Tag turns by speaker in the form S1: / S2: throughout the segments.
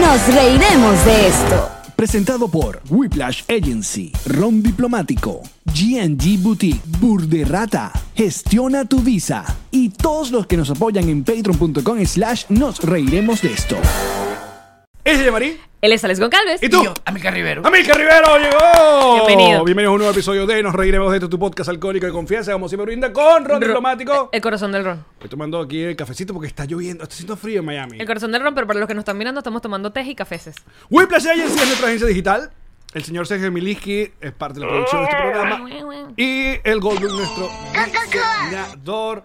S1: Nos reiremos de esto.
S2: Presentado por Whiplash Agency, Ron Diplomático, GNG Boutique, Burderrata, Gestiona tu Visa y todos los que nos apoyan en patreon.com slash nos reiremos de esto.
S3: Ese es Marí.
S4: Él es Alex Goncalves.
S3: ¿Y tú?
S5: Amilcar Rivero.
S3: ¡Amilcar Rivero llegó!
S4: Bienvenido.
S3: Bienvenidos a un nuevo episodio de Nos Reiremos de esto, tu podcast alcohólico de confianza, como siempre brinda con Ron
S5: Eh.
S3: Diplomático.
S4: El corazón del ron.
S3: Estoy tomando aquí el cafecito porque está lloviendo, está haciendo frío en Miami.
S4: El corazón del ron, pero para los que nos están mirando, estamos tomando té y cafeces.
S3: Whiplash Agency es nuestra agencia digital. El señor Sergio Miliski es parte de la producción de este programa. Y el Goldberg, nuestro diseñador.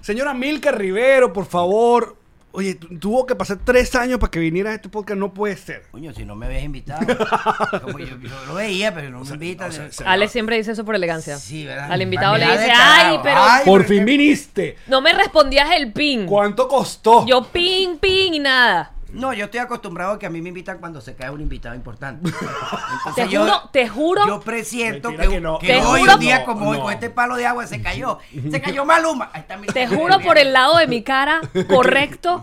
S3: Señora Milka Rivero, por favor. Oye, tu- tuvo que pasar tres años para que vinieras a este podcast, no puede ser.
S5: Coño, si no me habías invitado. Como yo, yo lo veía, pero no me invitan.
S3: o sea,
S4: Alex siempre dice eso por elegancia.
S5: Sí, ¿verdad?
S4: Al invitado le
S5: Mira,
S4: dice,
S5: de carajo.
S4: ay, pero
S5: Ay,
S3: Por
S5: pero
S3: fin
S5: qué-
S3: viniste.
S4: no me respondías el ping.
S3: ¿Cuánto costó?
S4: Yo ping, ping y nada.
S5: No, yo estoy acostumbrado a que a mí me invitan cuando se cae un invitado importante. Entonces
S4: Te juro, te juro.
S5: Yo presiento
S3: Mentira
S5: que,
S3: que no.
S5: que
S4: Te
S5: hoy
S4: juro-
S5: un día
S3: No,
S5: como hoy,
S3: no.
S5: con este palo de agua, se cayó. Se cayó Maluma. Ahí está mi-
S4: Te juro por el lado de mi cara correcto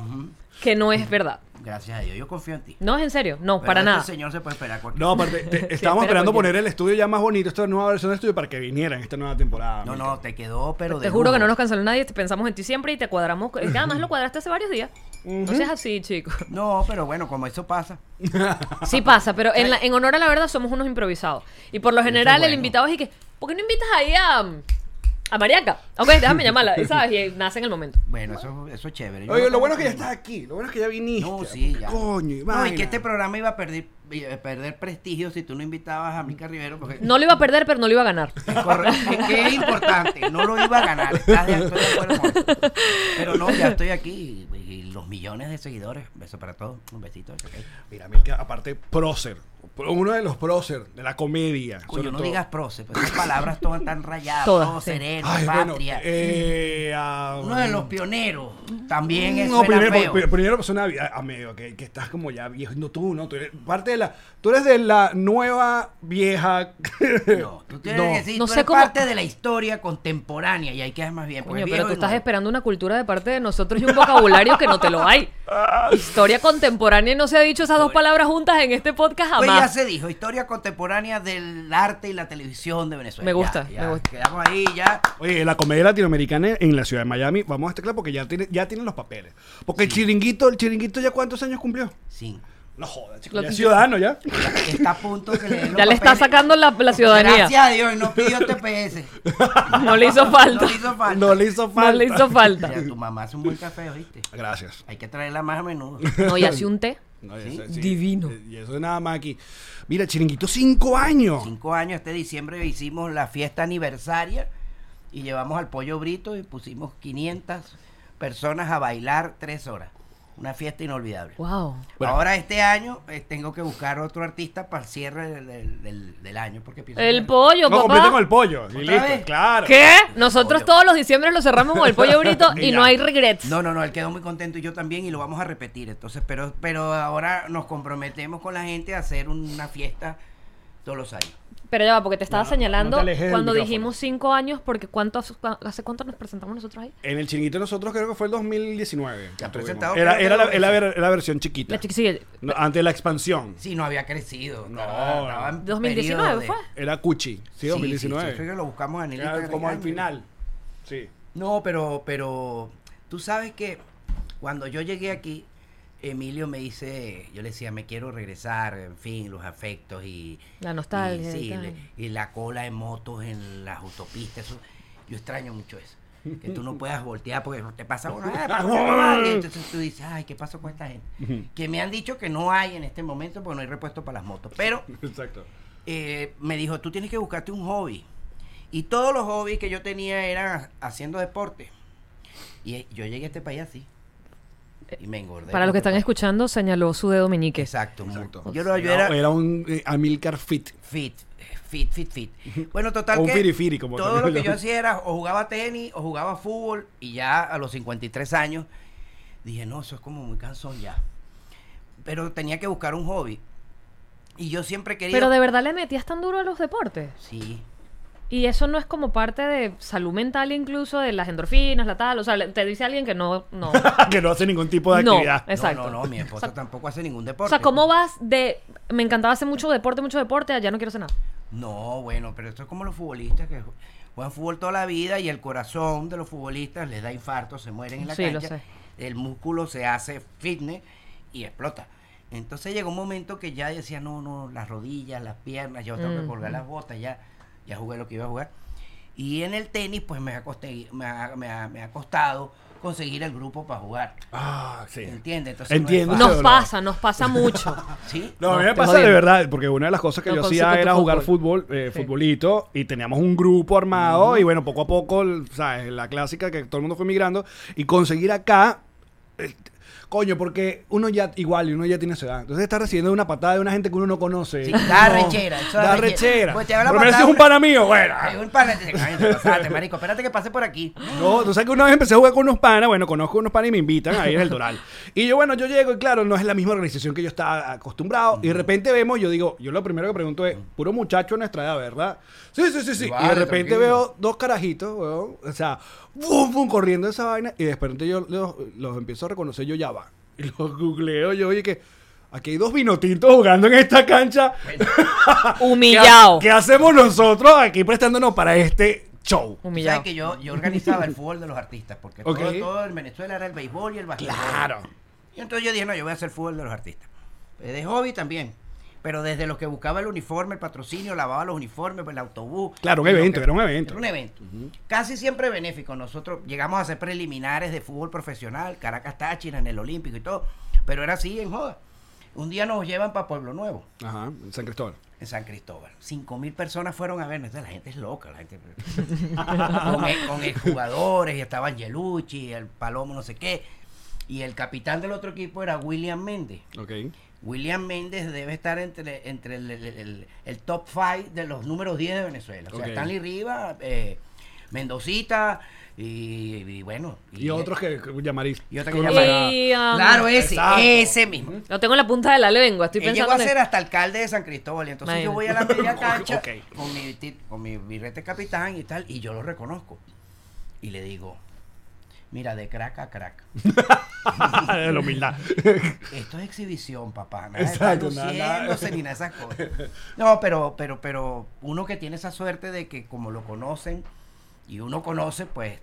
S4: que no es verdad.
S5: Gracias a Dios, yo confío en ti.
S4: No es en serio, no,
S5: Pero
S4: para
S5: este
S4: nada.
S5: señor se puede esperar cualquier
S3: No, aparte, te- estábamos
S4: espera,
S3: esperando
S4: porque-
S3: poner el estudio ya más bonito, esta nueva versión del estudio, para que vinieran esta nueva temporada.
S5: No,
S3: Milka.
S5: no, te quedó, pero
S4: Te juro que no nos canceló nadie, te pensamos en ti siempre y te cuadramos. y Además lo cuadraste hace varios días. No seas así, chico.
S5: No, pero bueno, como eso pasa.
S4: Sí pasa, pero en, la- en honor a la verdad somos unos improvisados. Y por lo general el
S5: bueno.
S4: invitado es y que, ¿por qué no invitas ahí a, a Mariaca? Ok, déjame llamarla, y ¿sabes? Y nace en el momento.
S5: Bueno, eso, eso es chévere. Yo
S3: Oye,
S5: no
S3: lo bueno es que ya
S5: tengo
S3: estás aquí, lo bueno es que ya viniste.
S5: No, sí,
S3: porque
S5: ya.
S3: Coño, y
S5: No, y
S3: vaina.
S5: que este programa iba a perder, iba a perder prestigio si tú no invitabas a Mica Rivero. Porque
S4: No lo iba a perder, pero no lo iba a ganar.
S5: Corre- que- que es importante, no lo iba a ganar. estás de- estoy de acuerdo con eso. Pero no, ya estoy aquí. Y, y los millones de seguidores. Beso para todos. Un besito. ok.
S3: Mira, Milka, aparte, prócer. pro- Uno de los prócer de la comedia.
S5: Coño,
S3: sobre
S5: no
S3: todo.
S5: digas proce, pues esas palabras todas tan rayadas.
S4: Todas,
S5: todo
S4: sí.
S5: sereno,
S3: Ay, bueno,
S5: patria.
S3: eh, ah,
S5: Uno de los pioneros. También eso
S3: Mm, No,
S5: era
S3: primero,
S5: feo.
S3: pri- primero persona a, a medio, que, que estás como ya viejo. No, tú, no, tú eres parte de la. Tú eres de la nueva vieja.
S5: No, tú tienes
S3: No.
S5: que decir,
S4: No
S5: tú
S4: sé
S5: eres
S4: cómo-
S5: parte de la historia contemporánea y hay que más bien. porque
S4: Coño,
S5: es
S4: pero
S5: viejo
S4: tú
S5: y
S4: estás
S5: nuevo.
S4: esperando una cultura de parte de nosotros y un vocabulario que no te lo hay. Historia contemporánea, no se ha dicho esas dos palabras juntas en este podcast
S5: Pues ya
S4: jamás.
S5: se dijo, historia contemporánea del arte y la televisión de Venezuela.
S4: Me gusta,
S5: Ya, ya,
S4: me gusta.
S5: Quedamos ahí ya.
S3: Oye, la comedia latinoamericana en la ciudad de Miami, vamos a estar claro porque ya tiene, ya tienen los papeles. Porque el chiringuito, el chiringuito ya cuántos años cumplió?
S5: Sí.
S3: No jodas, chicos,
S4: Lo
S3: ya
S4: que-
S3: es ciudadano ya.
S5: Está a punto que le den los
S4: Ya le está
S5: papeles.
S4: sacando la, la ciudadanía.
S5: Gracias a Dios, no pidió TPS.
S4: No le hizo falta.
S5: No le hizo falta.
S3: No le hizo falta.
S4: No le hizo falta.
S5: Mira, tu mamá hace un buen café, ¿oíste?
S3: Gracias.
S5: Hay que traerla más a menudo.
S4: No, y hace un té.
S3: No, eso- sí.
S4: Divino.
S3: Y eso es nada más aquí. Mira, chiringuito, cinco años.
S5: Cinco años, este diciembre hicimos la fiesta aniversaria y llevamos al pollo brito y pusimos 500 personas a bailar tres horas. Una fiesta inolvidable.
S4: Wow.
S3: Bueno.
S5: Ahora este año eh, tengo que buscar otro artista para el cierre del, del- del- del año porque pienso
S4: El
S5: que-
S4: pollo,
S3: no completé con
S4: papá.
S3: el pollo. Y listo,
S5: vez?
S3: claro.
S4: ¿Qué? Nosotros
S5: Pollo.
S4: todos los diciembre lo cerramos con el pollo brito y
S3: Ya.
S4: no hay regrets.
S5: No, no, no, él quedó muy contento y yo también y lo vamos a repetir. Entonces, pero pero ahora nos comprometemos con la gente a hacer una fiesta todos los años.
S4: Pero ya va, porque te estaba
S3: No, no, no
S4: señalando
S3: te alejes del
S4: cuando
S3: micrófono.
S4: dijimos cinco años, porque cuánto, ¿hace cuánto nos presentamos nosotros ahí?
S3: En el chiringuito nosotros creo que fue el 2019. que tuvimos.
S5: Ya presentado,
S3: Era,
S5: creo que
S3: era la,
S5: lo hice.
S3: era ver- era versión chiquita.
S4: La chiqui- sí,
S3: No, antes de la expansión.
S5: Sí, no había crecido.
S3: No,
S5: estaba- estaba en
S4: 2019
S5: periodo de-
S4: fue.
S3: Era Cuchi. Sí,
S5: Sí,
S3: 2019.
S5: sí, sí, sí, lo buscamos en el
S3: Era
S5: Instagram.
S3: como al final. Sí.
S5: No, pero pero tú sabes que cuando yo llegué aquí Emilio me dice, yo le decía, me quiero regresar, en fin, los afectos y
S4: La nostalgia
S5: y,
S4: y
S5: sí,
S4: tal.
S5: le- y la cola de motos en las autopistas. Eso, yo extraño mucho eso. Que tú no puedas voltear porque te pasa uno. "Ah, pasó por nadie", entonces tú dices, ay, ¿qué pasó con esta gente? Que me han dicho que no hay en este momento porque no hay repuesto para las motos. Pero
S3: Exacto.
S5: eh, me dijo, tú tienes que buscarte un hobby. Y todos los hobbies que yo tenía eran haciendo deporte. Y eh, yo llegué a este país así. Y me engordé.
S4: Para los que están
S5: Exacto,
S4: escuchando, señaló su dedo meñique.
S5: Exacto.
S3: Exacto.
S5: Yo, no- yo
S3: era,
S5: era
S3: era un eh, Amilcar Fit.
S5: fit, eh, fit, fit, fit. Bueno, total
S3: O un
S5: que
S3: firifiri, como
S5: todo
S3: también
S5: lo que
S3: lo-
S5: yo hacía era o jugaba tenis o jugaba fútbol y ya a los 53 años dije, no, eso es como muy cansón ya. Pero tenía que buscar un hobby. Y yo siempre quería...
S4: Pero de verdad le metías tan duro a los deportes.
S5: Sí.
S4: Y eso no es como parte de salud mental incluso, de las endorfinas, la tal. O sea, le- te dice alguien que no... no.
S3: que no hace ningún tipo de
S4: No.
S3: actividad.
S4: Exacto.
S5: No, Eh. no, no, mi esposa tampoco hace ningún
S4: O
S5: deporte.
S4: sea, ¿cómo vas de... Me encantaba hacer mucho deporte, mucho deporte, allá no quiero hacer nada.
S5: No, bueno, pero esto es como los futbolistas que ju- juegan fútbol toda la vida y el corazón de los futbolistas les da infarto, se mueren en la
S4: Sí, lo
S5: cancha.
S4: sé.
S5: El músculo se hace fitness y explota. Entonces llegó un momento que ya decía, no, no, las rodillas, las piernas, yo tengo que
S4: Mm.
S5: colgar las botas, ya, ya jugué lo que iba a jugar. Y en el tenis, pues me ha, coste- me ha- me ha- me ha costado conseguir el grupo para jugar.
S3: Ah, sí.
S5: ¿Entiendes? Entonces no es
S3: Entiendo.
S5: fácil.
S4: Nos
S3: dolor.
S4: pasa, nos pasa mucho.
S5: Sí.
S3: No, a mí me
S4: No, te
S3: pasa de
S4: jodieron.
S3: verdad, porque una de las cosas que
S4: No
S3: yo hacía
S4: consigues tu
S3: era jugar fútbol, eh,
S4: Sí.
S3: futbolito, y teníamos un grupo armado, y bueno, poco a poco, el- ¿sabes? La clásica que todo el mundo fue migrando, y conseguir acá, eh, coño, porque uno ya, igual, y uno ya tiene su edad, entonces está recibiendo una patada de una gente que uno no conoce.
S5: Sí, da
S3: No,
S5: rechera, eso da
S3: Da
S5: rechera.
S3: rechera.
S5: Pues te da la
S3: Pero ese es
S5: patada-
S3: un pana mío, bueno.
S5: Hay un pana que dice, "Ay, te pasaste, marico, espérate que pase por aquí.
S3: No, tú sabes que una vez empecé a jugar con unos panas, bueno, conozco unos panas y me invitan a ir al Doral. Y yo, bueno, yo llego y claro, no es la misma organización que yo estaba acostumbrado. Y de repente vemos, yo digo, yo lo primero que pregunto es, puro muchacho de nuestra edad, ¿verdad? Sí, sí, sí, sí. y de
S5: Vale,
S3: repente
S5: tranquilo.
S3: veo dos carajitos, weón, o sea, bum, bum, corriendo esa vaina. Y de repente yo los, los empiezo a reconocer, yo ya va. Y los googleo yo, oye, que aquí hay dos vinotintos jugando en esta cancha. ¿Qué, ha-
S4: Humillado.
S3: qué hacemos nosotros aquí prestándonos para este show?
S5: Tú
S4: Humillado.
S5: sabes que yo, yo organizaba el fútbol de los artistas, porque todo-
S3: Ok.
S5: todo, en Venezuela era el béisbol y el básquetbol.
S3: Claro.
S5: Y entonces yo dije, no, yo voy a hacer fútbol de los artistas. Eh, De hobby también. Pero desde los que buscaba el uniforme, el patrocinio, lavaba los uniformes, pues, el autobús.
S3: Claro, un
S5: y lo
S3: evento,
S5: que-
S3: era un evento.
S5: Era un evento. Casi siempre benéfico. Nosotros llegamos a hacer preliminares de fútbol profesional, Caracas Táchira, en el Olímpico y todo. Pero era así, en joda. Un día nos llevan para Pueblo Nuevo.
S3: Ajá, en San Cristóbal.
S5: en San Cristóbal. Cinco mil personas fueron a vernos. Entonces, la gente es loca, la gente. con, el, con el jugadores, y estaba Angelucci, el Palomo, no sé qué. Y el capitán del otro equipo era William Méndez.
S3: Ok.
S5: William Méndez debe estar entre, entre el, el- el- el top five de los números 10 de Venezuela. O sea,
S3: Ok.
S5: Stanley Rivas, eh, Mendocita y, y bueno.
S3: Y otros que que llamaréis.
S5: Y otra
S3: que
S5: que
S3: uno
S5: llama-
S3: para-
S4: Y, um,
S5: Claro, ese,
S3: Exacto.
S5: ese mismo.
S4: Lo tengo en la punta de la lengua, estoy
S5: Él
S4: pensando
S5: llegó a
S4: en-
S5: ser hasta alcalde de San Cristóbal. Y entonces
S4: Imagínate.
S5: yo voy a la media cancha
S3: Ok.
S5: con, mi, ti- con mi birrete capitán y tal, y yo lo reconozco. Y le digo, mira, de crack a crack.
S3: de la humildad.
S5: Esto es exhibición, papá. Nada de estar
S3: Exacto, nada, nada.
S5: luciéndose ni nada de esas cosas. No, pero, pero, pero uno que tiene esa suerte de que como lo conocen, y uno conoce, pues,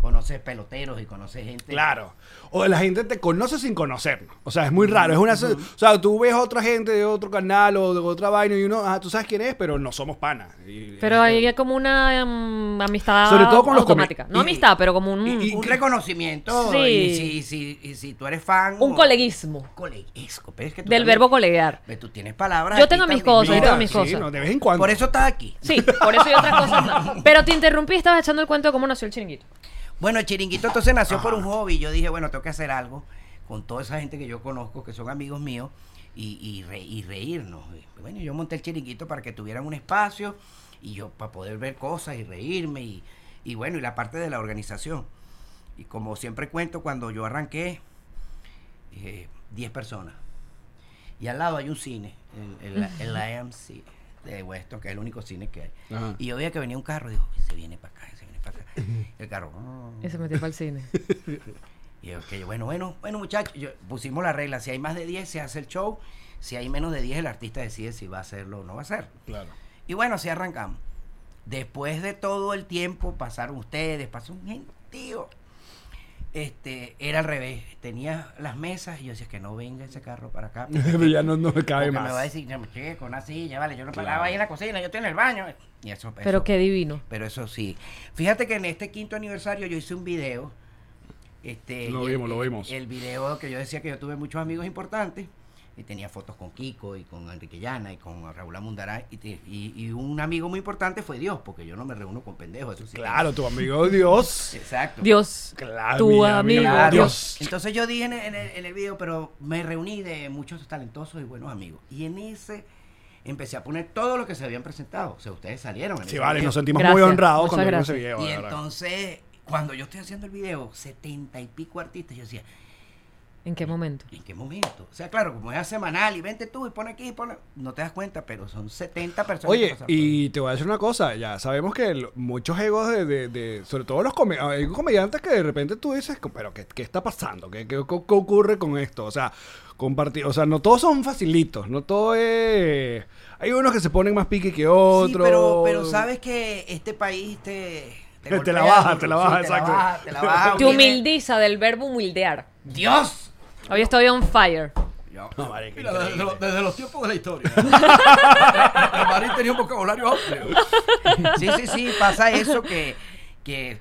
S5: conoce peloteros y conoce gente.
S3: claro. O la gente te conoce sin conocernos. O sea, es muy raro. Es una, O sea, tú ves a otra gente de otro canal o de otra vaina y uno, ah, tú sabes quién es, pero no somos panas. Y-
S4: Pero hay como una um, amistad
S3: Sobre todo con los
S4: automática.
S3: comi-
S4: No
S3: y-
S4: amistad, pero como un,
S3: y-
S5: Un reconocimiento.
S4: Sí.
S5: Y, si, si- y si tú eres fan.
S4: un
S5: o-
S4: coleguismo
S5: Coleguisco, pero es que tú
S4: del
S5: también-
S4: verbo coleguear.
S5: Ve, Tú tienes palabras.
S4: Yo
S5: aquí
S4: tengo mis
S5: también.
S4: cosas, yo
S5: Mira,
S4: tengo mis
S3: sí,
S4: cosas.
S3: no, de vez en cuando.
S5: Por eso estás aquí.
S4: Sí, por eso hay otras cosas más. Pero te interrumpí, estabas echando el cuento de cómo nació el chiringuito.
S5: Bueno, el chiringuito entonces nació por un hobby. Yo dije, bueno, tengo que hacer algo con toda esa gente que yo conozco, que son amigos míos, y, y re- y reírnos. Y Bueno, yo monté el chiringuito para que tuvieran un espacio y yo para poder ver cosas y reírme y, y bueno, y la parte de la organización. Y como siempre cuento, cuando yo arranqué, eh, 10 personas. Y al lado hay un cine, el, el, el IMC de Weston, que es el único cine que hay.
S3: Ajá.
S5: Y yo veía que venía un carro y digo, se viene para acá, se viene para acá. El carro. mm.
S4: Y se metió para el cine.
S5: Y yo, que yo, bueno, bueno, bueno, muchachos, yo- pusimos la regla. Si hay más de 10, se hace el show. Si hay menos de 10, el artista decide si va a hacerlo o no va a hacer.
S3: Claro.
S5: Y bueno, así arrancamos. Después de todo el tiempo, pasaron ustedes, pasó un gentío. Este, era al revés. Tenía las mesas y yo decía que no venga ese carro para acá.
S3: Pero ya no, no me
S5: Porque
S3: cabe
S5: me va a
S3: más.
S5: decir, no, che, con una silla, vale, yo no paraba ahí en la cocina, yo estoy en el baño. Y eso,
S4: Pero
S5: eso-
S4: qué divino.
S5: pero eso sí. Fíjate que en este quinto aniversario yo hice un video. Este,
S3: Lo
S5: y el-
S3: vimos, lo vimos.
S5: El video que yo decía que yo tuve muchos amigos importantes. Y tenía fotos con Kiko y con Enrique Llana y con Raúl Amundará. Y, te- y- y un amigo muy importante fue Dios, porque yo no me reúno con pendejos. Eso sí.
S3: Claro, tu amigo Dios.
S5: Exacto.
S4: Dios,
S3: Claro,
S4: tu
S3: mi
S4: amigo,
S3: amigo,
S5: Claro.
S4: Dios.
S5: Entonces yo dije en el, en el- en el video, pero me reuní de muchos talentosos y buenos amigos. Y en ese empecé a poner todo lo que se habían presentado. O sea, ustedes salieron. en
S3: Sí,
S5: ese
S3: vale,
S5: video.
S3: nos sentimos muy
S4: Gracias,
S3: honrados
S4: muchas
S3: cuando vimos ese
S4: gracias.
S3: video.
S5: Y
S3: de verdad.
S5: entonces, cuando yo estoy haciendo el video, setenta y pico artistas, yo decía,
S4: ¿En qué momento?
S5: ¿Y ¿En qué momento? O sea, claro, como es semanal y vente tú y pone aquí y pone... No te das cuenta, pero son 70 personas. que
S3: Oye,
S5: pasan por ahí.
S3: y te voy a decir una cosa, ya sabemos que el- muchos egos de, de- de- sobre todo los come- hay comediantes que de repente tú dices, pero ¿qué, qué está pasando? ¿Qué, qué, qué- qué ocurre con esto? O sea, compartir, o sea, no todos son facilitos, no todo es... Hay unos que se ponen más pique que otros.
S5: Sí, pero, pero sabes que este país te...
S3: Te
S5: golpea
S3: la baja,
S5: duro.
S3: te la baja,
S5: Sí,
S3: exacto.
S5: Te la baja,
S4: Te
S5: Uribe.
S4: humildiza del verbo humildear.
S5: ¡Dios!
S4: Hoy estoy on fire.
S5: Yo-
S3: marica,
S5: Mira, desde, lo- desde los tiempos de la historia. El Madrid tenía un vocabulario amplio. Sí, sí, sí, pasa eso que, que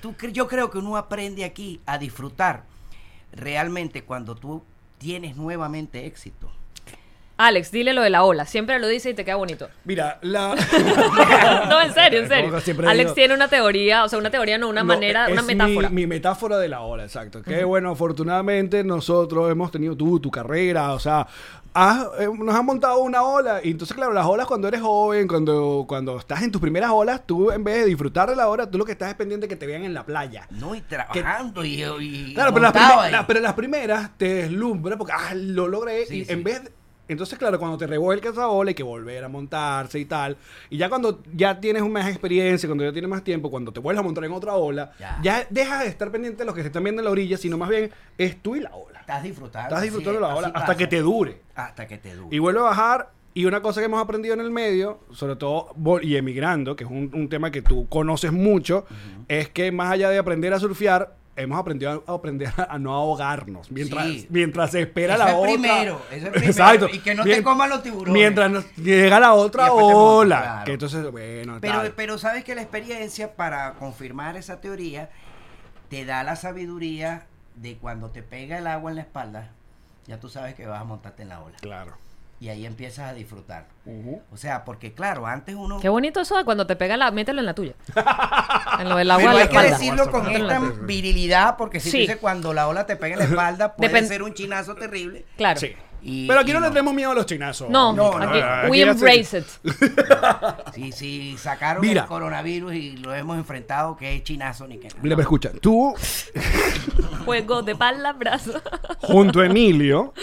S5: tú, cre- yo creo que uno aprende aquí a disfrutar realmente cuando tú tienes nuevamente éxito.
S4: Alex, dile lo de la ola. Siempre lo dice y te queda bonito.
S3: Mira, la...
S4: no, en serio, en serio.
S3: Como que siempre
S4: Alex
S3: digo-
S4: tiene una teoría, o sea, una teoría, no, una
S3: No,
S4: manera,
S3: es
S4: una
S3: mi-
S4: metáfora.
S3: Mi, metáfora de la hora, exacto. Que bueno, afortunadamente nosotros hemos tenido tú, tu carrera, o sea, has- eh, nos han montado una ola. Y entonces, claro, las olas cuando eres joven, cuando, cuando estás en tus primeras olas, tú en vez de disfrutar de la ola, tú lo que estás es pendiente que te vean en la playa.
S5: No, y trabajando y, y
S3: Claro, pero las,
S5: montado
S3: prime-
S5: ahí.
S3: la- pero las primeras te deslumbra porque ah, lo logré.
S5: Sí,
S3: y
S5: sí.
S3: en vez de- entonces, claro, cuando te revuelca esa ola hay que volver a montarse y tal. Y ya cuando ya tienes más experiencia, cuando ya tienes más tiempo, cuando te vuelves a montar en otra ola, ya,
S5: Ya.
S3: dejas de estar pendiente de los que se están viendo en la orilla, sino más bien es tú y la ola.
S5: Estás disfrutando.
S3: Estás
S5: así
S3: disfrutando
S5: es,
S3: la ola
S5: así
S3: hasta
S5: pasa.
S3: que te dure.
S5: Hasta que te dure.
S3: Y vuelve a bajar. Y una cosa que hemos aprendido en el medio, sobre todo vol- y emigrando, que es un, un tema que tú conoces mucho, es que más allá de aprender a surfear, hemos aprendido a, a aprender a, a no ahogarnos. Mientras,
S5: Sí.
S3: mientras se espera
S5: Eso
S3: la
S5: es
S3: otra.
S5: primero, eso es primero. Y que no te coman los tiburones.
S3: Mientras nos llega la
S5: Y
S3: otra
S5: después te montas,
S3: ola.
S5: claro.
S3: Que entonces, bueno,
S5: Pero,
S3: tal.
S5: pero sabes que la experiencia para confirmar esa teoría te da la sabiduría de cuando te pega el agua en la espalda, ya tú sabes que vas a montarte en la ola.
S3: Claro.
S5: Y ahí empiezas a disfrutar. O sea, porque claro, antes uno...
S4: Qué bonito eso de cuando te pega la, mételo en la tuya. En lo del agua
S5: Pero
S4: en la
S5: hay que
S4: espalda.
S5: decirlo con
S4: Mételo en la
S5: esta
S4: tuya.
S5: virilidad, porque si tú
S4: Sí.
S5: dices cuando la ola te pega en la espalda, puede
S4: Depen-
S5: ser un chinazo terrible.
S4: Claro.
S3: Sí.
S5: Y-
S3: pero aquí
S5: y
S3: no, le
S5: no.
S3: tenemos miedo a los chinazos.
S4: No,
S5: No, no,
S4: aquí,
S5: no,
S4: we
S3: aquí
S4: embrace
S3: hace-
S4: it.
S5: Si, si sacaron
S3: Mira.
S5: el coronavirus y lo hemos enfrentado, que es chinazo ni que nada.
S3: Mira, pero escucha, tú
S4: Juego de palabras.
S3: junto a Emilio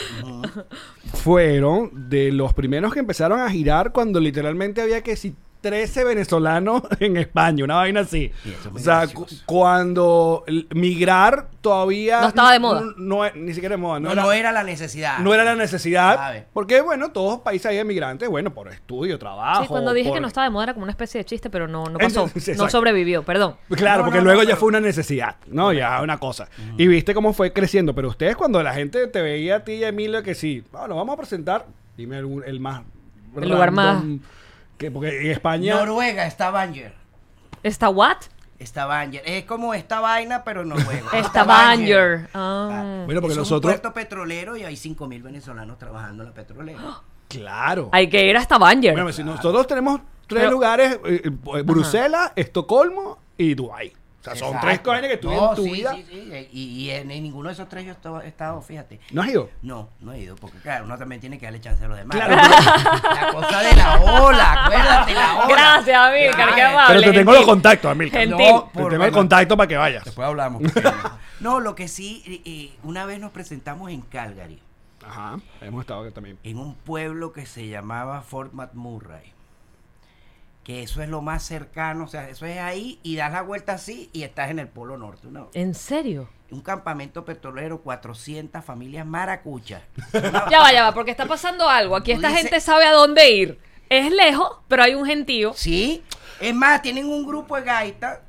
S3: fueron de los primeros que empezaron a girar cuando literalmente había que si 13 venezolanos en España, una vaina así.
S5: Y eso es
S3: O
S5: muy
S3: sea,
S5: gracioso.
S3: cu- cuando el- migrar todavía
S4: No estaba de moda.
S3: No, no e- ni siquiera de moda, no,
S5: No,
S3: era,
S5: no era la necesidad.
S3: no era la necesidad,
S5: Sabe.
S3: porque bueno, todos los países había migrantes, bueno, por estudio, trabajo.
S4: Sí, cuando dije
S3: por-
S4: que no estaba de moda era como una especie de chiste, pero no, no pasó.
S3: Entonces,
S4: no
S3: exacto.
S4: sobrevivió, perdón.
S3: Claro,
S5: No,
S3: porque
S5: no,
S3: luego
S5: no,
S3: ya
S5: pero-
S3: fue una necesidad, ¿no? Ya una cosa. Y viste cómo fue creciendo. Pero ustedes, cuando la gente te veía a ti y a Emilio, que sí, bueno, vamos a presentar. Dime algún- el más.
S4: El lugar más-
S3: Que, porque en España.
S5: Noruega está Banger.
S4: ¿Está what?
S5: Está Banger. Es como esta vaina, pero en Noruega.
S4: Está Banger. Ah.
S3: Bueno, porque
S5: es
S3: nosotros-
S5: un puerto petrolero y hay 5.000 venezolanos trabajando en la petrolera.
S3: Claro.
S4: Hay que ir hasta Banger.
S3: Bueno, si nosotros tenemos tres
S4: Pero-
S3: lugares: eh, eh, Bruselas, Estocolmo y Dubai. O sea, son
S5: Exacto.
S3: tres cosas que tú
S5: No,
S3: en tu
S5: sí,
S3: vida.
S5: sí, sí. Y, y en, en ninguno de esos tres yo esto- he estado, fíjate.
S3: ¿No has ido?
S5: No, no he ido, porque claro, uno también tiene que darle chance a los demás.
S3: Claro,
S5: La cosa de la ola, acuérdate, la ola.
S4: Gracias, Amílcar,
S5: Claro.
S4: qué amable.
S3: Pero te tengo
S4: gentil.
S3: los contactos, Amilcar.
S4: Gentil.
S3: Te
S5: No, por
S3: tengo el
S5: bueno.
S3: contacto para que vayas.
S5: Después hablamos. no, lo que sí, eh, eh, una vez nos presentamos en Calgary,
S3: Ajá. Hemos estado aquí también.
S5: en un pueblo que se llamaba Fort McMurray. Que eso es lo más cercano, o sea, eso es ahí y das la vuelta así y estás en el Polo Norte. ¿no?
S4: ¿En serio?
S5: Un campamento petrolero, 400 familias maracuchas.
S4: Ya va, ya va, porque está pasando algo. Aquí
S5: Ah. Tú
S4: esta
S5: dices-
S4: gente sabe a dónde ir. Es lejos, pero hay un gentío.
S5: Sí, es más, tienen un grupo de gaita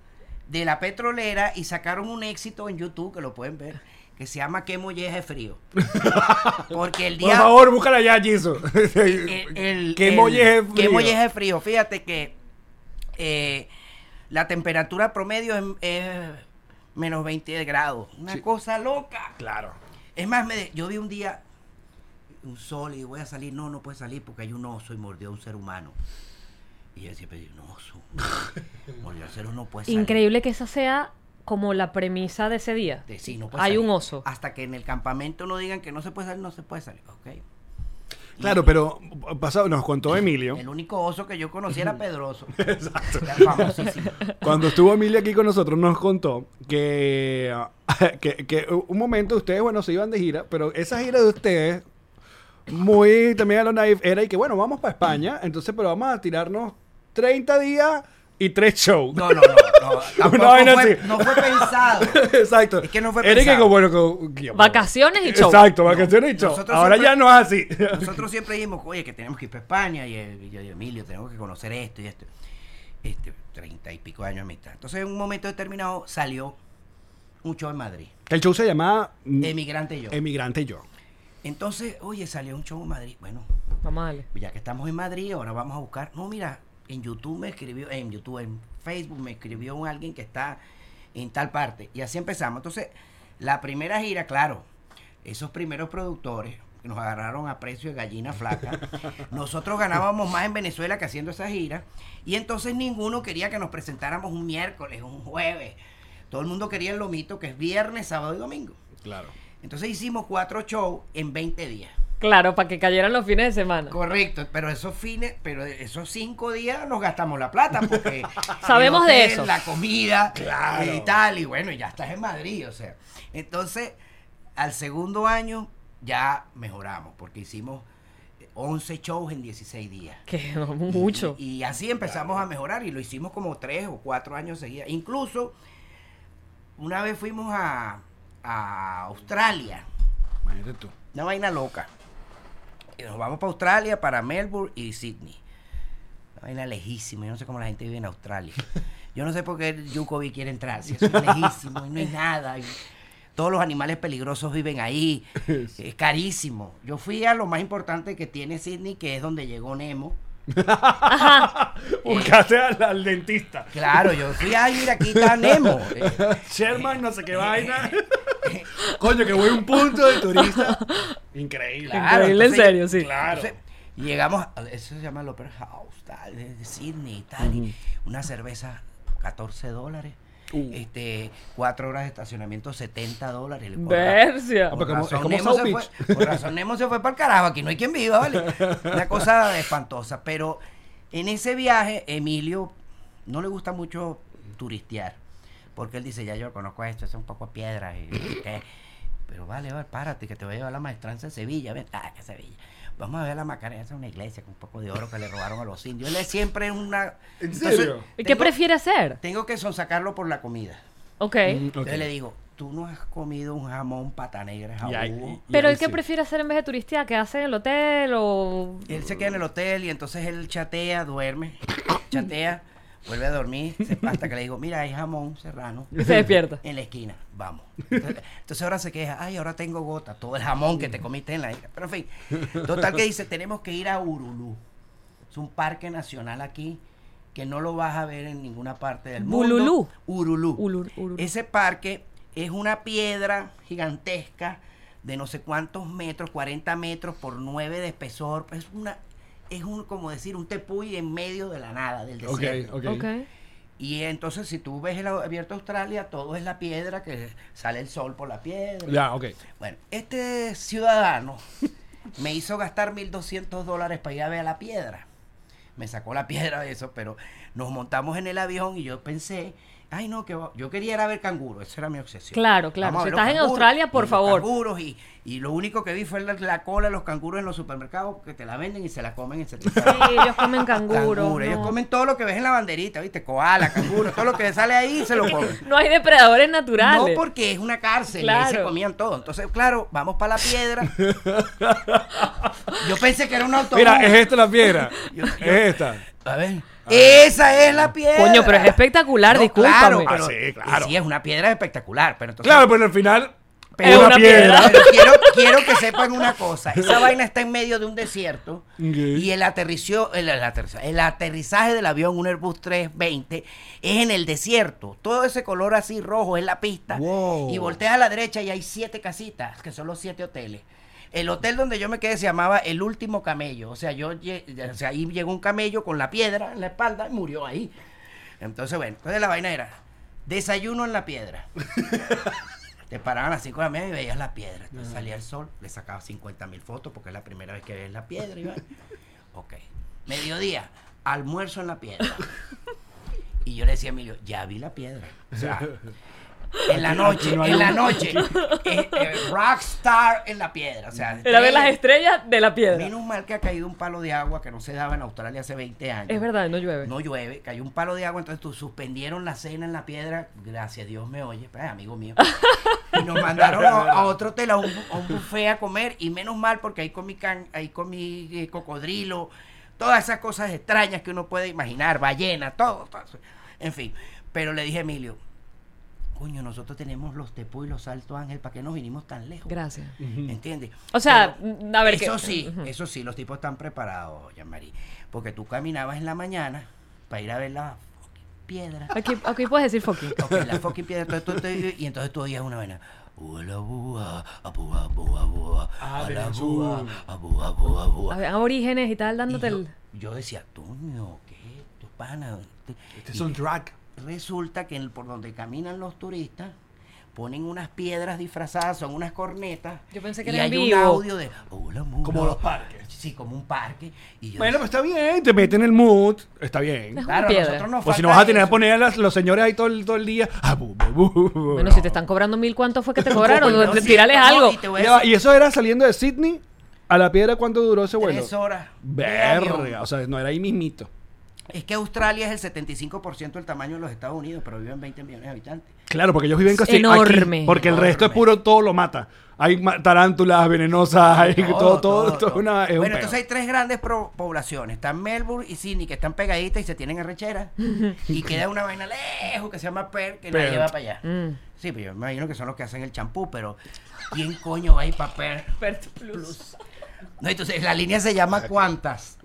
S5: de la petrolera y sacaron un éxito en YouTube que lo pueden ver, que se llama Qué molleja de frío. Porque el
S3: Por
S5: día
S3: favor, búscala ya, Jisoo.
S5: el- Eh, el-
S3: ¿Qué
S5: el-
S3: molleje frío?
S5: qué molleje frío. Fíjate que eh, la temperatura promedio es, es menos 20 grados. Una cosa loca.
S3: Claro.
S5: Es más, me de- yo vi un día un sol y voy a salir. No, no puede salir porque hay un oso y mordió a un ser humano. Y yo siempre digo, un oso. mordió al ser humano, no puede salir.
S4: Increíble que esa sea como la premisa de ese día.
S5: De- sí, no puede
S4: hay
S5: salir. Ah.
S4: un oso.
S5: Hasta que en el campamento no digan que no se puede salir, no se puede salir. Ok.
S3: Claro, pero pasado, nos contó Emilio.
S5: El único oso que yo conocí era Pedroso. Exacto. famosísimo.
S3: Cuando estuvo Emilia aquí con nosotros, nos contó que, que, que un momento ustedes, bueno, se iban de gira, pero esa gira de ustedes, muy también a los naive, era y que, bueno, vamos para España, entonces, pero vamos a tirarnos 30 días y tres shows.
S5: No, no, no. No, tampoco
S3: vaina
S5: fue,
S3: así.
S5: no fue pensado.
S3: Exacto.
S5: Es que no fue
S3: Era y que,
S5: pensado.
S3: como, bueno, como- que-
S4: Vacaciones y show.
S3: Exacto, vacaciones y show.
S5: Nosotros
S3: Ahora
S5: siempre-
S3: ya no es así.
S5: Nosotros siempre dijimos, oye, que tenemos que ir para España. Y, el- y yo digo, Emilio, tenemos que conocer esto y esto. Este, treinta y pico de años de amistad. Entonces, en un momento determinado, salió un show en Madrid.
S3: Que el show se llamaba mm,
S5: Emigrante y yo.
S3: Emigrante y yo.
S5: Entonces, oye, salió un show en Madrid. Bueno,
S4: Vamos a darle.
S5: pues ya que estamos en Madrid, ahora vamos a buscar. No, mira, en YouTube me escribió, en YouTube, en Facebook me escribió un alguien que está en tal parte. Y así empezamos. Entonces, la primera gira, claro, esos primeros productores que nos agarraron a precio de gallina flaca. Nosotros ganábamos más en Venezuela que haciendo esa gira. Y entonces ninguno quería que nos presentáramos un miércoles, un jueves. Todo el mundo quería el lomito, que es viernes, sábado y domingo.
S3: Claro.
S5: Entonces hicimos cuatro shows en 20 días.
S4: Claro, para que cayeran los fines de semana.
S5: Correcto, pero esos fines, pero esos cinco días nos gastamos la plata porque el
S4: Sabemos de eso.
S5: la comida
S3: Claro.
S5: y tal y bueno ya estás en Madrid, o sea, entonces al segundo año ya mejoramos porque hicimos 11 shows en 16 días.
S4: Que no, mucho.
S5: Y así empezamos a mejorar y lo hicimos como tres o cuatro años seguidos. Incluso una vez fuimos a, a Australia,
S3: Imagínate tú.
S5: una vaina loca. Y nos vamos para Australia, para Melbourne y Sydney. Una vaina lejísima. Yo no sé cómo la gente vive en Australia. Yo no sé por qué Yukovi quiere entrar. Si eso es lejísimo y no hay nada. y todos los animales peligrosos viven ahí. Es carísimo. Yo fui a lo más importante que tiene Sydney, que es donde llegó Nemo.
S3: Buscaste al, al dentista.
S5: Claro, yo fui, ay, mira, aquí está Nemo. Eh,
S3: Sherman, no sé qué vaina. Coño, que voy a un punto de turista. Increíble.
S5: Claro,
S4: Increíble, en
S5: entonces-
S4: serio, sí.
S3: Claro.
S5: Entonces, llegamos, a- eso se llama el Opera House, tal, de de Sydney y tal. y una cerveza, 14 dólares.
S4: Uh.
S5: Este, cuatro horas de estacionamiento, 70 dólares. Por ra-
S4: Versia.
S3: Ah,
S5: Por
S3: porque como- es
S5: razón,
S3: como
S5: Nemo
S3: South
S5: se
S3: Beach.
S5: fue- por razón Nemo se fue para el carajo, aquí no hay quien viva, ¿vale? Una cosa espantosa. Pero en ese viaje, Emilio no le gusta mucho turistear. Porque él dice, ya yo conozco esto, es un poco a piedra. y- y qué. Pero vale, vale, párate, que te voy a llevar a la maestranza en Sevilla. Ven, ah, que Sevilla. Vamos a ver la Macarena, esa es una iglesia con un poco de oro que le robaron a los indios. Él es siempre una...
S3: ¿En
S5: Entonces,
S3: serio?
S4: ¿Y ¿Qué
S5: tengo-
S4: prefiere hacer?
S5: Tengo que sonsacarlo por la comida.
S4: Ok.
S3: Mm,
S5: Entonces le digo, tú no has comido un jamón pata negra,
S3: Y ahí-
S5: jabugo.
S3: y
S4: Pero
S3: ahí
S4: ¿el qué
S3: sí.
S4: prefiere hacer en vez de turistía? ¿Qué hace en el hotel o...?
S5: Y él se queda en el hotel y entonces él chatea, duerme, chatea, vuelve a dormir, se- hasta que le digo, mira, hay jamón serrano
S4: Y se despierta.
S5: en la esquina, vamos. Entonces, entonces ahora se queja, ay, ahora tengo gota, todo el jamón que te comiste en la isla. Pero en fin, total que dice, tenemos que ir a Urulú. Es un parque nacional aquí que no lo vas a ver en ninguna parte del mundo.
S4: Bululú.
S5: Urulú.
S4: Ulur- Urulú.
S5: Ese parque es una piedra gigantesca de no sé cuántos metros, 40 metros por 9 de espesor. Es una es un como decir un tepuy en medio de la nada del
S3: Ok,
S5: desierto.
S3: ok.
S4: Ok.
S5: Y entonces si tú ves el abierto Australia, todo es la piedra que sale el sol por la piedra.
S3: Ya, ok.
S5: Bueno, este ciudadano me hizo gastar 1.200 dólares para ir a ver la piedra. Me sacó la piedra de eso, pero nos montamos en el avión y yo pensé, ay no, que va- yo quería ir a ver canguro, esa era mi obsesión.
S4: Claro, claro.
S5: Vamos
S4: Si
S5: a ver los
S4: estás en
S5: canguros,
S4: Australia, por
S5: y los
S4: favor.
S5: Canguros y, y lo único que vi fue la, la cola de los canguros en los supermercados que te la venden y se la comen y se te sale.
S4: Sí, ellos comen canguro.
S5: Canguro, Ellos
S4: no.
S5: comen todo lo que ves en la banderita, ¿viste? Koala, canguro, todo lo que sale ahí se lo comen.
S4: No hay depredadores naturales.
S5: No, porque es una cárcel, y ahí se
S4: Claro.
S5: comían todo. Entonces, claro, vamos para la piedra. Yo pensé que era un autobús.
S3: Mira, es esta la piedra.
S5: Yo- yo-
S3: Es esta.
S5: A ver. Esa es la piedra.
S4: Coño, pero es espectacular,
S5: No,
S4: discúlpame.
S5: Claro,
S3: Ah,
S5: pero,
S3: sí, claro.
S5: Sí, es una piedra espectacular, pero entonces
S3: Claro, pero al final.
S5: Pero-
S3: es una
S4: Una
S3: piedra.
S4: piedra.
S5: Pero quiero, quiero que sepan una cosa. Esa vaina está en medio de un desierto. Y el, aterricio, el, el aterriza- el aterrizaje del avión, un Airbus 320, es en el desierto. Todo ese color así rojo es la pista.
S3: Wow.
S5: Y volteas a la derecha y hay siete casitas, que son los siete hoteles. El hotel donde yo me quedé se llamaba El Último Camello. O sea, yo lle- o sea, ahí llegó un camello con la piedra en la espalda y murió ahí. Entonces, bueno, entonces la vaina era desayuno en la piedra. Te paraban a las 5 de la mañana y veías la piedra. Entonces salía el sol, le sacaba 50 mil fotos porque es la primera vez que ves la piedra. Iván. ok. Mediodía, almuerzo en la piedra. Y yo le decía a Emilio, ya vi la piedra. O sea, en la noche,
S3: no hay
S5: en la
S3: un-
S5: noche. eh, eh, rockstar en la piedra. O sea,
S4: Era ver las
S5: tres-
S4: estrellas de la piedra.
S5: Menos mal que ha caído un palo de agua que no se daba en Australia hace 20 años.
S4: Es verdad, no llueve.
S5: No llueve, cayó un palo de agua, entonces tú suspendieron la cena en la piedra. Gracias, Dios me oye, ay, amigo mío. Y nos mandaron a, a otro hotel, a un, bu- a un buffet a comer. Y menos mal porque ahí comí, can, ahí comí eh, cocodrilo, todas esas cosas extrañas que uno puede imaginar, ballena, todo, todo eso. En fin, pero le dije a Emilio, coño, nosotros tenemos los tepú y los saltos ángel, ¿para qué nos vinimos tan lejos?
S4: Gracias.
S5: ¿Entiendes?
S4: O sea, mm, a ver
S5: Eso
S4: qué-
S5: sí, eso sí, los tipos están preparados, Jean-Marie. Porque tú caminabas en la mañana para ir a ver la fucking piedra.
S4: Aquí, aquí puedes decir fucking.
S5: Ok, la fucking piedra. entonces tú te- y entonces tú oías una vaina. Uela, bua, abua, bua, bua,
S3: Ah, de
S5: ala,
S3: Jesús.
S5: bua, abua, bua, bua.
S4: Habían orígenes y tal
S5: Y
S4: dándote
S5: yo,
S4: el.
S5: yo decía, Toño, ¿qué es esto, pana?
S3: Este
S5: Y
S3: es un drag.
S5: resulta que en- por donde caminan los turistas ponen unas piedras disfrazadas, son unas cornetas.
S4: Yo pensé que
S5: y
S4: era en
S5: hay
S4: vivo.
S5: un audio de "Hola, mundo".
S3: Como los parques.
S5: Sí, como un parque. Y yo
S3: Bueno, pero está bien, te mete en el mood. Está
S4: Es
S3: bien.
S4: una piedra.
S5: nos
S3: O Pues si no
S5: falta
S3: vas a tener a
S5: eso.
S3: poner a las- los señores ahí todo el, todo el día. Ah, bu, bu, bu, bu,
S4: Bueno,
S3: no.
S4: si te están cobrando mil, ¿cuánto fue que te cobraron? Pues,
S5: Coño, sí,
S4: Tírales
S5: no,
S4: algo.
S5: y te voy a
S3: Ya va,
S5: decir,
S3: Y eso era saliendo de Sydney a la piedra, ¿cuánto duró ese vuelo?
S5: tres horas. de
S3: Verga,
S5: avión.
S3: o sea, no era ahí mismito.
S5: Es que Australia es el 75% del tamaño de los Estados Unidos, pero viven 20 millones de habitantes.
S3: Claro, porque ellos viven
S4: Es
S3: casi aquí,
S4: enorme.
S3: porque el resto es
S5: Enorme.
S3: puro, todo lo mata. Hay ma- tarántulas venenosas, hay todo, todo, todo,
S5: todo.
S3: una- es un peo.
S5: bueno, entonces hay tres grandes pro- poblaciones. Están Melbourne y Sydney, que están pegaditas y se tienen arrechera. y queda una vaina lejos que se llama Perth, que nadie
S3: Perth.
S5: va para allá.
S4: Mm.
S5: Sí, pero yo me imagino que son los que hacen el champú, pero ¿quién coño va a ir para Perth? No, entonces la línea se llama Cuantas.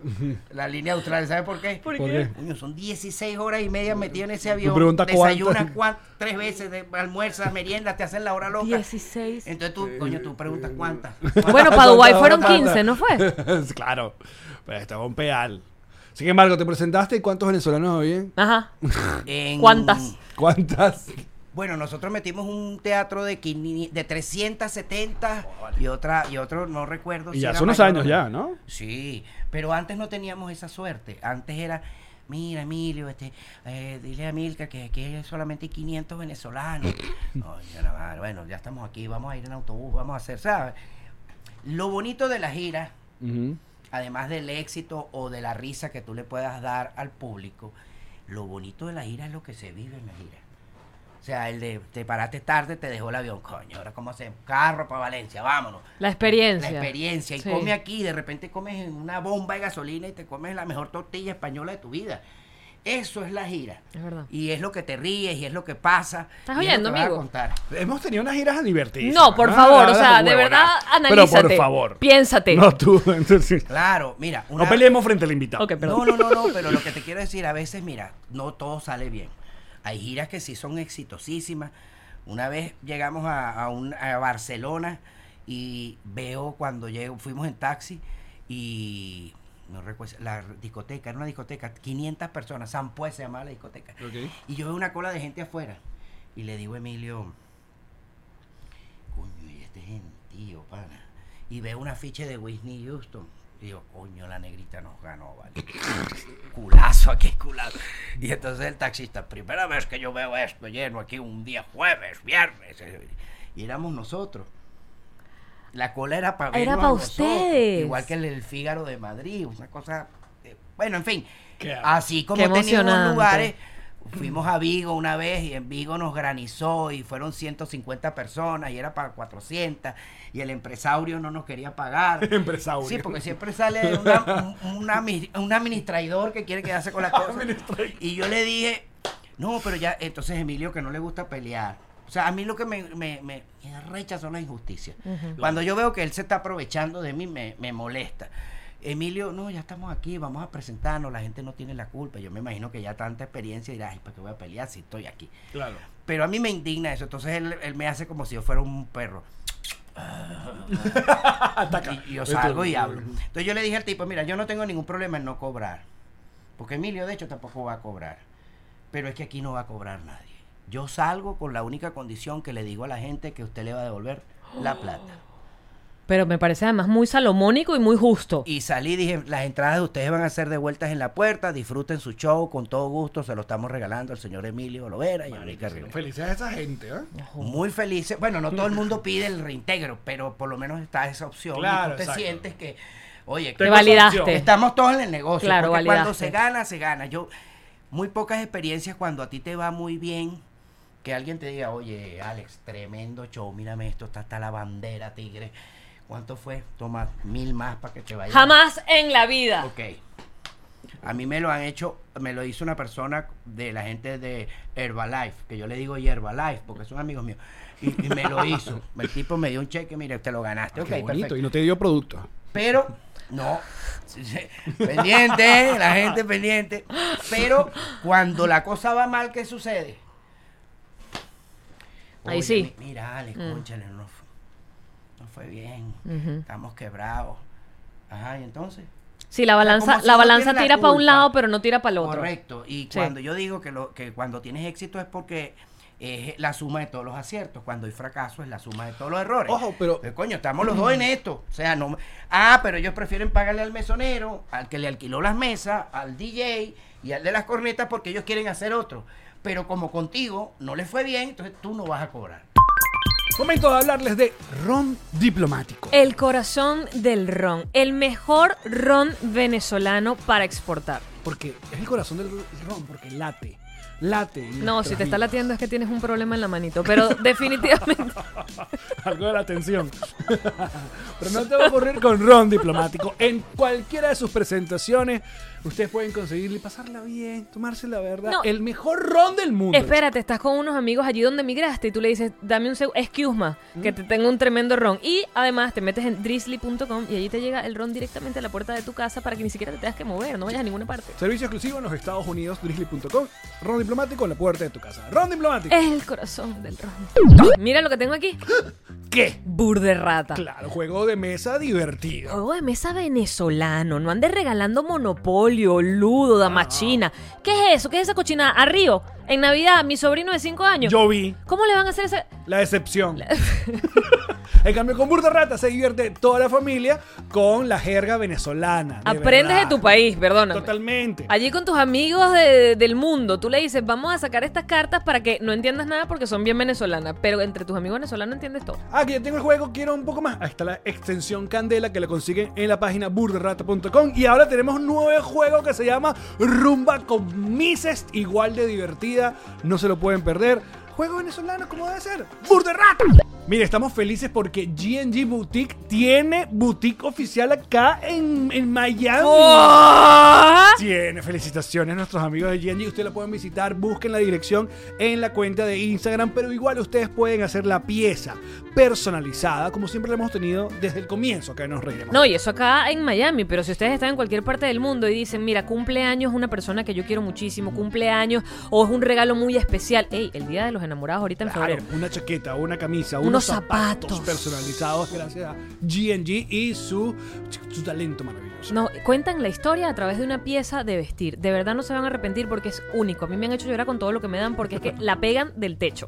S5: La línea Australia, ¿sabe por qué?
S4: ¿Por
S3: Ah, ¿Por
S4: qué?
S3: qué?
S5: Coño, son 16 horas y media metido en ese avión.
S3: preguntas
S5: desayunas
S3: cuántas.
S5: cuan- tres veces, de, almuerzas, meriendas, te hacen la hora loca.
S4: 16.
S5: Entonces tú, coño, tú preguntas cuántas.
S4: Bueno, para Dubái
S3: Tanta,
S4: fueron
S3: tanta.
S4: 15, ¿no fue?
S3: claro, pero estaba un peal. Sin embargo, te presentaste y cuántos venezolanos había?
S4: Ajá.
S5: En-
S4: ¿Cuántas?
S3: ¿Cuántas?
S5: Bueno, nosotros metimos un teatro de, 500 de 370 y otra y otro no recuerdo.
S3: Oh, Y ya
S5: era
S3: hace unos
S5: mayor o
S3: años ya, ¿no?
S5: Sí, pero antes no teníamos esa suerte. Antes era, mira Emilio, este, eh, dile a Milka que aquí hay solamente 500 venezolanos. Oye, la madre, bueno, ya estamos aquí, vamos a ir en autobús, vamos a hacer, ¿sabes? Lo bonito de la gira,
S3: Ujú.
S5: además del éxito o de la risa que tú le puedas dar al público, lo bonito de la gira es lo que se vive en la gira. O sea, el de te paraste tarde, te dejó el avión, coño, ahora cómo hacemos, carro para Valencia, vámonos.
S4: La experiencia.
S5: La experiencia. Y
S4: Sí.
S5: come aquí, de repente comes en una bomba de gasolina y te comes la mejor tortilla española de tu vida. Eso es la gira.
S4: Es verdad.
S5: Y es lo que te ríes, y es lo que pasa.
S4: ¿Estás
S5: y es lo
S4: oyendo,
S5: que vas a
S4: amigo?
S5: contar.
S3: Hemos tenido unas giras divertidas.
S4: No,
S5: Ah,
S4: por favor, o sea, de verdad, analízate.
S3: Pero por favor.
S4: Piénsate.
S3: No tú, entonces.
S5: Claro, mira.
S3: No
S5: una-
S3: peleemos frente al invitado.
S4: Ah. Ok, perdón.
S5: No, no, no, no, pero lo que te quiero decir, a veces, mira, no todo sale bien. Hay giras que sí son exitosísimas. Una vez llegamos a, a un- a Barcelona y veo cuando llego, fuimos en taxi y no recuerdo, la discoteca, era una discoteca, 500 personas, San Pues se llamaba la discoteca. Y yo veo una cola de gente afuera y le digo a Emilio, coño, y este gentío, pana. Y veo una ficha de Whitney Houston. Y digo, coño, la negrita nos ganó, vale. culazo aquí, culazo. Y entonces el taxista, primera vez que yo veo esto lleno aquí un día jueves, viernes. Y éramos nosotros. La cola era para
S4: Era pa' ustedes.
S5: Igual que el, el Fígaro de Madrid, una cosa. eh, bueno, en fin.
S3: Qué-
S5: Así como
S4: qué
S5: teníamos
S4: emocionante.
S5: lugares, fuimos a Vigo una vez y en Vigo nos granizó y fueron 150 personas y era para 400 y el empresario no nos quería pagar.
S3: Empresario.
S5: Sí, porque siempre sale una- un, un ami- un administrador que quiere quedarse con la cosa. y yo le dije, no, pero ya, entonces Emilio que no le gusta pelear. O sea, a mí lo que me, me, me, me arrecha son las injusticias. Cuando yo veo que él se está aprovechando de mí, me, me molesta. Emilio, no, ya estamos aquí, vamos a presentarnos, la gente no tiene la culpa. Yo me imagino que ya tanta experiencia dirá, ay, ¿para qué voy a pelear si estoy aquí?
S3: Claro.
S5: Pero a mí me indigna eso, entonces él, él me hace como si yo fuera un perro. Y, y yo salgo y hablo. Entonces yo le dije al tipo, mira, yo no tengo ningún problema en no cobrar. Porque Emilio, de hecho, tampoco va a cobrar. Pero es que aquí no va a cobrar nadie. Yo salgo con la única condición que le digo a la gente que usted le va a devolver la plata.
S4: Pero me parece además muy salomónico y muy justo.
S5: Y salí, dije, las entradas de ustedes van a ser devueltas en la puerta, disfruten su show con todo gusto, se lo estamos regalando al señor Emilio Lovera y a Enrique Rivera.
S3: Felicidades a esa gente, ¿eh?
S5: Muy felices. Bueno, no todo el mundo pide el reintegro, pero por lo menos está esa opción.
S3: Claro,
S5: Y tú te
S3: exacto.
S5: sientes que, oye,
S4: Te
S5: que
S4: validaste.
S5: estamos todos en el negocio.
S4: Claro,
S5: porque cuando
S4: validaste.
S5: se gana, se gana. Yo, muy pocas experiencias cuando a ti te va muy bien, que alguien te diga, oye, Alex, tremendo show, mírame esto, está hasta la bandera, tigre. ¿Cuánto fue? Toma mil más para que te vaya.
S4: Jamás en la vida.
S5: Ok. A mí me lo han hecho, me lo hizo una persona de la gente de Herbalife, que yo le digo y Herbalife porque son amigos míos. Y, y me lo hizo. El tipo me dio un cheque, mire, te lo ganaste. Ok,
S3: Ah, Qué bonito.
S5: perfecto.
S3: Y no te dio producto.
S5: Pero, no. pendiente, la gente pendiente. Pero cuando la cosa va mal, ¿qué sucede?
S4: Ahí
S5: Oye,
S4: sí.
S5: mi- Mira, Alex,
S3: Mm.
S5: cónchale, no, fu- no fue bien.
S4: Ujú.
S5: Estamos quebrados. Ajá, y entonces.
S4: Sí, la
S5: como
S4: balanza,
S5: si
S4: la
S5: no
S4: balanza
S5: tiene la
S4: tira para un
S5: culpa.
S4: lado, pero no tira para el otro.
S5: Correcto. Y cuando yo digo que, lo, que cuando tienes éxito es porque es la suma de todos los aciertos. Cuando hay fracaso es la suma de todos los errores.
S3: Ojo, pero- Mm.
S5: Entonces, coño, estamos los dos en esto. O sea, no. Ah, pero ellos prefieren pagarle al mesonero, al que le alquiló las mesas, al DJ y al de las cornetas porque ellos quieren hacer otro. Pero como contigo no les fue bien, entonces tú no vas a cobrar.
S3: Momento de hablarles de ron diplomático.
S4: El corazón del ron, el mejor ron venezolano para exportar.
S3: Porque es el corazón del ron, porque late. Late. en
S4: No,
S3: nuestras
S4: si te está
S3: vidas.
S4: latiendo es que tienes un problema en la manito, pero definitivamente
S3: Algo de la atención. Pero no te va a ocurrir con ron diplomático. En cualquiera de sus presentaciones, ustedes pueden conseguirle pasarla bien, tomarse la verdad.
S4: No.
S3: El mejor ron del mundo.
S4: Espérate, estás con unos amigos allí donde migraste y tú le dices, dame un segundo, excuse me, que te tengo un tremendo ron. Y además te metes en drizzly.com y allí te llega el ron directamente a la puerta de tu casa para que ni siquiera te tengas que mover, no vayas a ninguna parte.
S3: Servicio exclusivo en los Estados Unidos, drizzly.com. Ron diplomático en la puerta de tu casa. Ron diplomático.
S4: Es el corazón del ron. Mira lo que tengo aquí.
S3: ¿Qué?
S4: Burderrata.
S3: Claro, juego de mesa divertido.
S4: Juego Oh, de mesa venezolano, no andes regalando monopolio, ludo, damachina. ¿Qué es eso? ¿Qué es esa cochinada? Arriba, en Navidad, mi sobrino de 5 años.
S3: Yo vi
S4: ¿Cómo le van a hacer ese?
S3: la decepción. en cambio, con Burda Rata se divierte toda la familia con la jerga venezolana. de
S4: Aprendes de
S3: verdad.
S4: tu país, perdóname.
S3: Totalmente.
S4: Allí con tus amigos de- del mundo, tú le dices, vamos a sacar estas cartas para que no entiendas nada porque son bien venezolanas, pero entre tus amigos venezolanos entiendes todo.
S3: Ah, que ya tengo el juego, quiero un poco más. Ahí está la extensión Candela que la consiguen en la página burderrata.com. Y ahora tenemos un nuevo juego que se llama Rumba con Mises, igual de divertida, no se lo pueden perder. Juego venezolano, como debe ser. ¡Burderrata! Mire, estamos felices porque GNG Boutique tiene boutique oficial acá en, en Miami. Tiene felicitaciones a nuestros amigos de GNG. Ustedes la pueden visitar, busquen la dirección en la cuenta de Instagram, pero igual ustedes pueden hacer la pieza personalizada, como siempre la hemos tenido desde el comienzo, que nos reiremos.
S4: No, y eso acá en Miami, pero si ustedes están en cualquier parte del mundo y dicen, mira, cumpleaños una persona que yo quiero muchísimo, cumpleaños o es un regalo muy especial, ey, el Día de los Enamorados ahorita en
S3: Claro,
S4: febrero.
S3: una chaqueta, una camisa, unos,
S4: Unos
S3: zapatos,
S4: zapatos.
S3: personalizados gracias a GNG y su, su talento maravilloso.
S4: No, cuentan la historia a través de una pieza de vestir. De verdad no se van a arrepentir porque es único. A mí me han hecho llorar con todo lo que me dan porque es que la pegan del techo.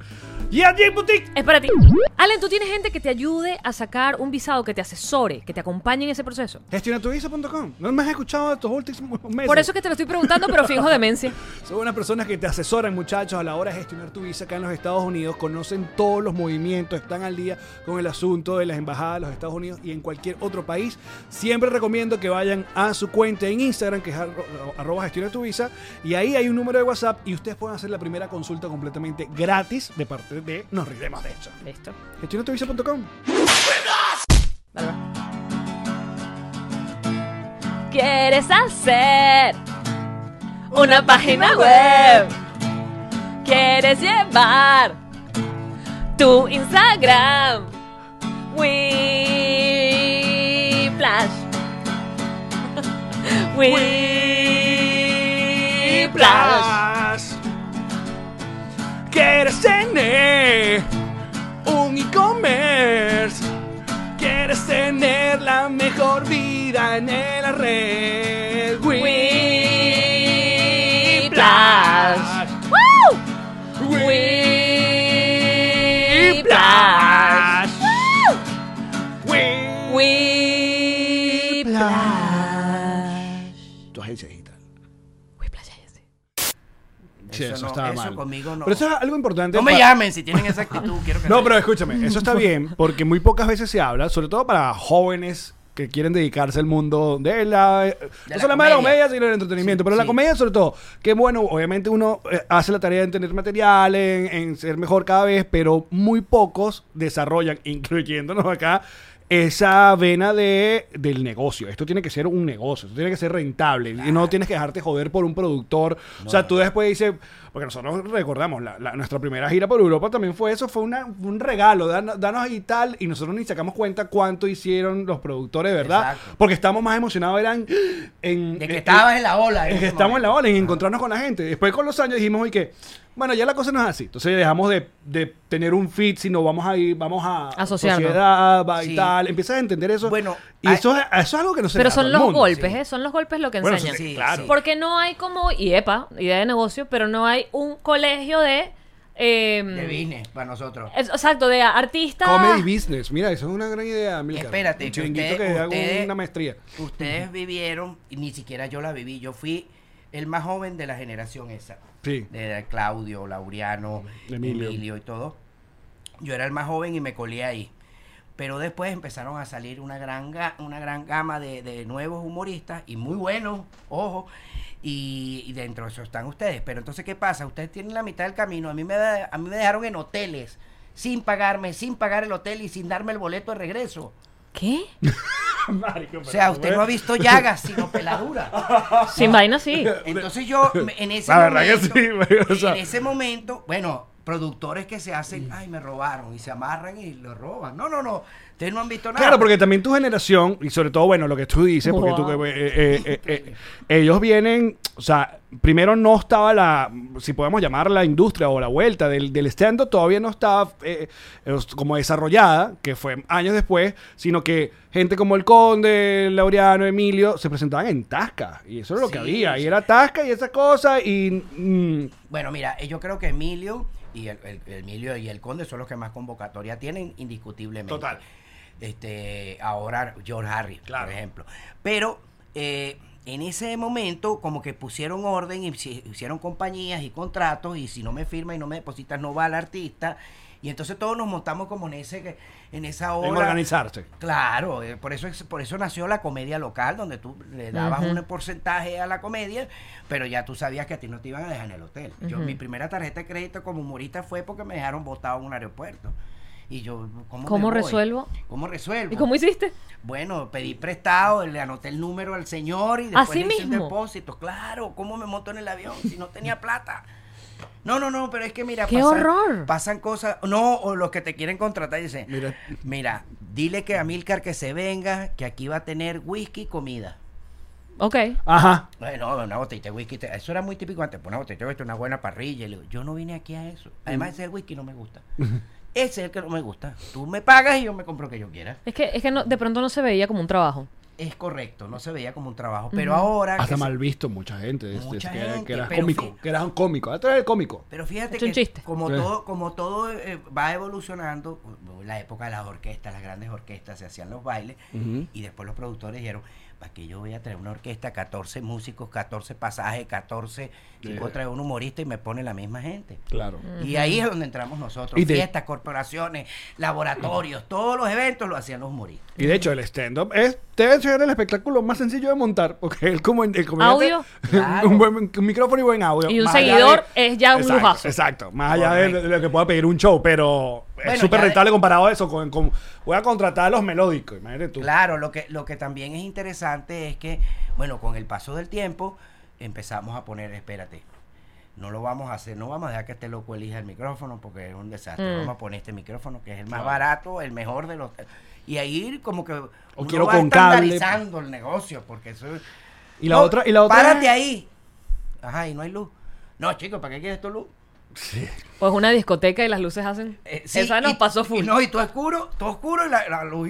S3: GNG Boutique.
S4: Es para ti. Allen, tú tienes gente que te ayude a sacar un visado, que te asesore, que te acompañe en ese proceso.
S3: Gestionatuvisa.com. No me has escuchado estos últimos meses.
S4: Por eso es que te lo estoy preguntando, pero finjo demencia.
S3: Son unas personas que te asesoran, muchachos, a la hora de gestionar tu visa acá en los Estados Unidos. Conocen todos los movimientos, están al día con el asunto de las embajadas de los Estados Unidos y en cualquier otro país. Siempre recomiendo que vayan a su cuenta en Instagram, que es arro- arroba gestiona tu visa, y ahí hay un número de WhatsApp y ustedes pueden hacer la primera consulta completamente gratis de parte de Nos Riremos de hecho.
S4: Listo.
S3: Gestionatuvisa.com.
S4: Dale, va. ¿Quieres hacer una página web? ¿Quieres llevar tu Instagram? Whiplash. Whiplash.
S3: ¿Quieres tener un e-commerce? ¿Quieres tener la mejor vida en la red?
S4: Whiplash. ¡Woo!
S3: Whiplash. Sí, eso,
S5: no,
S3: estaba mal.
S5: conmigo no.
S3: Pero eso es algo importante.
S5: no me
S3: pa-
S5: llamen si tienen esa actitud. quiero que
S3: No,
S5: se-
S3: pero escúchame, eso está bien, porque muy pocas veces se habla, sobre todo para jóvenes que quieren dedicarse al mundo de la... no
S5: la
S3: solamente la
S5: comedia.
S3: comedia, sino del entretenimiento, pero la
S5: sí.
S3: comedia sobre todo, que bueno, obviamente uno eh, hace la tarea de tener material, en, en ser mejor cada vez, pero muy pocos desarrollan, incluyéndonos acá, esa vena de, del negocio. Esto tiene que ser un negocio, esto tiene que ser rentable, y no tienes que dejarte joder por un productor. o sea, tú después dices, porque nosotros recordamos, la- la- nuestra primera gira por Europa también fue eso, fue una- un regalo, dan- danos y tal, y nosotros ni sacamos cuenta cuánto hicieron los productores, ¿verdad?
S5: Exacto.
S3: Porque estamos más emocionados, eran en... eh,
S5: De
S3: en-
S5: que estabas en la ola.
S3: es que estamos en la ola, en encontrarnos con la gente. Después con los años dijimos, oye, que, bueno, ya la cosa no es así. Entonces dejamos de, de tener un fit, sino vamos a ir, vamos a
S4: Asociarnos.
S3: sociedad, va y
S5: Sí.
S3: tal. Empiezas a entender eso.
S5: Bueno,
S3: y
S5: hay-
S3: eso, es- eso es algo que no se
S4: Pero
S3: le da a
S4: son
S3: todo
S4: los
S3: el mundo.
S4: golpes,
S5: sí.
S4: ¿eh? Son los golpes lo que
S3: Bueno,
S4: enseñan.
S5: sí,
S3: claro.
S5: sí.
S4: Porque no hay como, y epa, idea de negocio, pero no hay un colegio de... eh,
S5: De business para nosotros.
S4: es- exacto, de artistas.
S3: Comedy business. Mira, eso es una gran idea, Milcar.
S5: Espérate,
S3: Un
S5: que
S3: chiringuito
S5: ustedes-
S3: que hago
S5: ustedes-
S3: una maestría.
S5: Ustedes vivieron, y ni siquiera yo la viví, yo fui el más joven de la generación esa.
S3: Sí.
S5: De Claudio, Laureano,
S3: Emilio.
S5: Emilio. y todo. Yo era el más joven y me colé ahí. Pero después empezaron a salir una gran, ga- una gran gama de, de nuevos humoristas y muy buenos, ojo. Y, y dentro de eso están ustedes. Pero entonces, ¿qué pasa? Ustedes tienen la mitad del camino. A mí me, da- a mí me dejaron en hoteles, sin pagarme, sin pagar el hotel y sin darme el boleto de regreso.
S4: ¿Qué?
S3: Marico,
S5: O sea,
S3: pero Ah,
S5: usted no ha visto llagas, sino peladura.
S4: Sin vaina, sí.
S5: Entonces yo, me- en ese
S3: La verdad que
S5: momento,
S3: sí, güey, o sea.
S5: en ese momento, bueno, productores que se hacen, ay, me robaron, y se amarran y lo roban. No, no, no, ustedes no han visto nada.
S3: Claro, porque también tu generación, y sobre todo, bueno, lo que tú dices, porque tú,
S4: Wow.
S3: eh, eh, eh, eh, ellos vienen, o sea, primero no estaba la, si podemos llamar la industria o la vuelta del, del stand-up, todavía no estaba eh, eh, como desarrollada, que fue años después, sino que gente como el Conde, Laureano, Emilio, se presentaban en Tasca, y eso es lo que
S5: Sí,
S3: había, y
S5: sí.
S3: era Tasca y esas cosas, y... mm,
S5: Bueno, mira, eh, yo creo que Emilio y el, el- Emilio y el Conde son los que más convocatoria tienen, indiscutiblemente.
S3: Total.
S5: Este, ahora George Harris,
S3: Claro.
S5: por ejemplo. Pero eh, en ese momento, como que pusieron orden y si- hicieron compañías y contratos, y si no me firma y no me depositas, no va al artista. Y entonces todos nos montamos como en ese, en esa
S3: en
S5: ola.
S3: organizarse.
S5: Claro, eh, por eso es- por eso nació la comedia local, donde tú le dabas un porcentaje a la comedia, pero ya tú sabías que a ti no te iban a dejar en el hotel. Yo mi primera tarjeta de crédito como humorista fue porque me dejaron botado en un aeropuerto. Y yo, ¿cómo, me
S4: ¿Cómo
S5: voy?
S4: resuelvo?
S5: ¿Cómo resuelvo?
S4: ¿Y cómo hiciste?
S5: Bueno, pedí prestado, le anoté el número al señor y después
S4: ¿Así
S5: le hice el
S4: mismo?
S5: depósito. Claro, ¿cómo me monto en el avión si no tenía plata? No, no, no, pero es que mira,
S4: ¡Qué horror!
S5: pasan cosas, no, o los que te quieren contratar dicen,
S3: Mira.
S5: mira, dile que a Milcar que se venga, que aquí va a tener whisky y comida.
S4: Ok.
S3: Ajá.
S5: Bueno, una botellita de whisky, te- eso era muy típico antes, pues, una botellita de whisky, una buena parrilla. y le digo, yo no vine aquí a eso. Además, ese whisky no me gusta. Ese es el que no me gusta. Tú me pagas y yo me compro lo que yo quiera.
S4: Es que, es que no- de pronto no se veía como un trabajo.
S5: Es correcto, no se veía como un trabajo. Pero ahora. que
S3: Hasta
S5: se-
S3: mal visto mucha gente, es- es
S5: Mucha
S3: que, era- que
S5: gente,
S3: eras
S5: pero
S3: cómico,
S5: fí-
S3: que eras un cómico, ah, tú eres el cómico.
S5: Pero fíjate
S4: Es un
S5: que
S4: chiste.
S5: como
S3: Sí.
S5: todo, como todo eh, va evolucionando, la época de las orquestas, las grandes orquestas, se hacían los bailes y después los productores dijeron, ¿para qué yo voy a traer una orquesta, 14 músicos, 14 pasajes, 14, y voy a traer un humorista y me pone la misma gente?
S3: Claro.
S5: Y ahí es donde entramos nosotros,
S3: Y de-
S5: fiestas, corporaciones, laboratorios, todos los eventos lo hacían los humoristas.
S3: Y de hecho, el stand-up es, debe ser el espectáculo más sencillo de montar, porque él como el comediante-
S4: Audio.
S5: Claro.
S3: un buen un micrófono y buen audio.
S4: Y un
S3: Más allá
S4: seguidor es ya un
S3: Exacto,
S4: lujazo.
S3: Exacto, más allá de,
S5: Correcto.
S3: lo que pueda pedir un show, pero es
S5: Bueno,
S3: súper
S5: ya de-
S3: rentable comparado a eso. Con, con- voy a contratar a los melódicos, imagínate tú.
S5: Claro, lo que, lo que también es interesante es que, bueno, con el paso del tiempo empezamos a poner, espérate, no lo vamos a hacer, no vamos a dejar que este loco elija el micrófono porque es un desastre.
S4: Mm.
S5: Vamos a poner este micrófono que es el más barato, el mejor de los... Y ahí como que... uno
S3: quiero
S5: va
S3: con cable.
S5: estandarizando el negocio porque eso...
S3: Y la
S5: No,
S3: otra, y la otra.
S5: Párate ahí. Ajá, y no hay luz. No, chicos, ¿para qué quieres tu luz?
S4: Pues una discoteca y las luces hacen.
S5: Eh, sí,
S4: Esa nos
S5: y-
S4: pasó
S5: y
S4: full.
S5: No, y todo oscuro, todo oscuro y la, la luz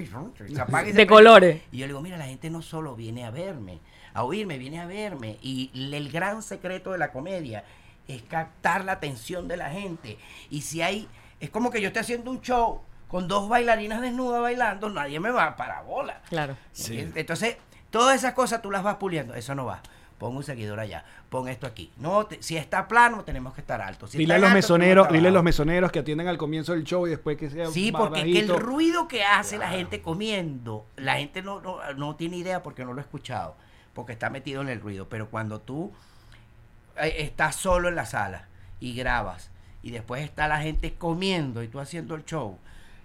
S5: y se apaga y se
S4: De
S5: prende.
S4: colores.
S5: Y yo le digo, mira, la gente no solo viene a verme, a oírme, viene a verme. Y l- el gran secreto de la comedia es captar la atención de la gente. Y si hay, es como que yo esté haciendo un show con dos bailarinas desnudas bailando, nadie me va para bola.
S4: Claro.
S5: ¿Entiendes? Entonces, todas esas cosas tú las vas puliendo, eso no va. Pon un seguidor allá, pon esto aquí. No, te- si está plano, tenemos que estar alto. Si
S3: Dile a los
S5: está alto, tenemos que
S3: mesoneros,
S5: estar
S3: dile a los
S5: bajo.
S3: mesoneros que atiendan al comienzo del show y después que sea
S5: Sí,
S3: más
S5: porque es que el
S3: bajito.
S5: ruido que hace la gente comiendo, la gente no, no, no tiene idea porque no lo ha escuchado, porque está metido en el ruido. Pero cuando tú eh, estás solo en la sala y grabas, y después está la gente comiendo y tú haciendo el show,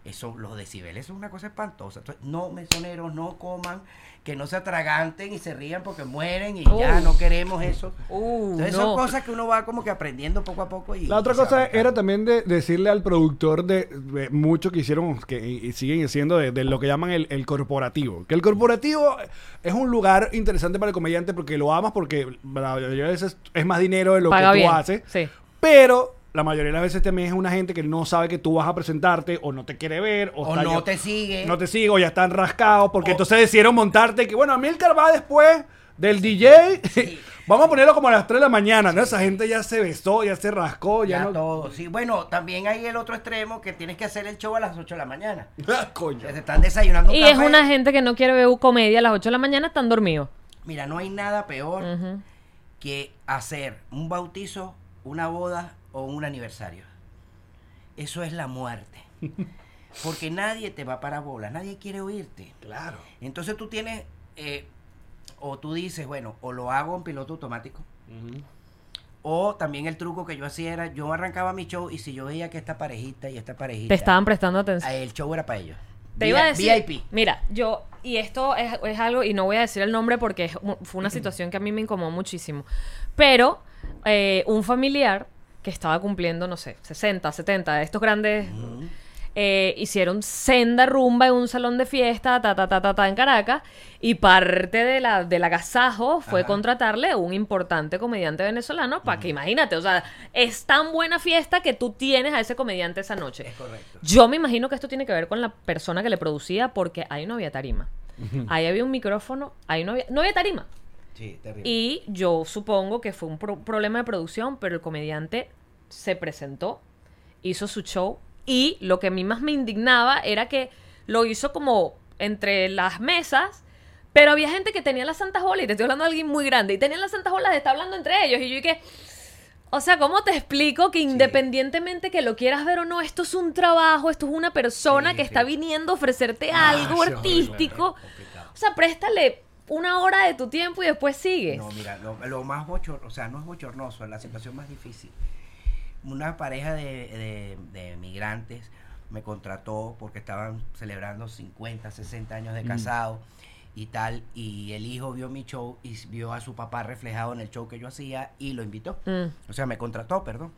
S5: eso, los decibeles son una cosa espantosa. Entonces, no, mesoneros, no coman, que no se atraganten y se rían porque mueren y ya
S4: Uh.
S5: no queremos eso.
S4: Uh,
S5: Entonces,
S4: no.
S5: son cosas que uno va como que aprendiendo poco a poco. Y,
S3: La otra
S5: y se va
S3: cosa era
S5: aplicando.
S3: también de decirle al productor de, de mucho que hicieron, que y- y siguen haciendo, de, de lo que llaman el, el corporativo. Que el corporativo es un lugar interesante para el comediante porque lo amas, porque la mayoría de veces es más dinero de lo que
S4: Paga
S3: tú
S4: bien,
S3: haces.
S4: sí.
S3: Pero la mayoría de las veces también es una gente que no sabe que tú vas a presentarte o no te quiere ver o,
S5: O
S3: está
S5: no
S3: yo-
S5: te sigue.
S3: No te sigue o ya están rascados porque
S5: O-
S3: entonces decidieron montarte que, bueno, Amilcar va después del DJ. Vamos a ponerlo como a las 3 de la mañana, ¿no? Esa gente ya se besó, ya se rascó, ya,
S5: Ya
S3: no...
S5: todo, sí. Bueno, también hay el otro extremo que tienes que hacer el show a las 8 de la mañana.
S3: Ah, coño.
S5: Que te están desayunando un
S4: Y es
S5: café.
S4: una gente que no quiere ver comedia a las 8 de la mañana, están dormidos.
S5: Mira, no hay nada peor
S4: Ujú.
S5: que hacer un bautizo, una boda o un aniversario. Eso es la muerte. Porque nadie te va para bola, nadie quiere oírte.
S3: Claro.
S5: Entonces tú tienes, eh, o tú dices, bueno, o lo hago en piloto automático, o también el truco que yo hacía era, yo arrancaba mi show y si yo veía que esta parejita y esta parejita...
S4: Te estaban prestando atención.
S5: Ah, El show era para ellos.
S4: Te
S5: Vi-
S4: iba a decir.
S5: VIP.
S4: Mira, yo. Y esto es, es algo. Y no voy a decir el nombre porque es un- fue una situación que a mí me incomodó muchísimo. Pero eh, un familiar que estaba cumpliendo, no sé, 60, 70, de estos grandes. eh, hicieron senda rumba en un salón de fiesta, ta, ta, ta, ta, ta, en Caracas. Y parte de la, del agasajo fue
S5: Ajá.
S4: contratarle un importante comediante venezolano para que, imagínate, o sea, es tan buena fiesta que tú tienes a ese comediante esa noche.
S5: Es correcto.
S4: Yo me imagino que esto tiene que ver con la persona que le producía porque ahí no había tarima. Ahí había un micrófono, ahí no había, no había tarima.
S5: Sí, terrible.
S4: Y yo supongo que fue un pro- problema de producción, pero el comediante se presentó, hizo su show y lo que a mí más me indignaba era que lo hizo como entre las mesas, pero había gente que tenía las santas bolas y te estoy hablando de alguien muy grande y tenía las santas bolas de estar hablando entre ellos y yo dije... O sea, ¿cómo te explico que independientemente que lo quieras ver o no, esto es un trabajo, esto es una persona
S5: Sí,
S4: que
S5: sí.
S4: está viniendo a ofrecerte
S3: Ah,
S4: algo
S3: sí, horrible,
S4: artístico?
S5: complicado.
S4: O sea, préstale una hora de tu tiempo y después sigues.
S5: No, mira, lo, lo más bochornoso, o sea, no es bochornoso, es la situación más difícil. Una pareja de, de- de migrantes me contrató porque estaban celebrando 50, 60 años
S4: Mm.
S5: de casado y tal, y el hijo vio mi show y s- vio a su papá reflejado en el show que yo hacía y lo invitó.
S4: Mm.
S5: O sea, me contrató, perdón.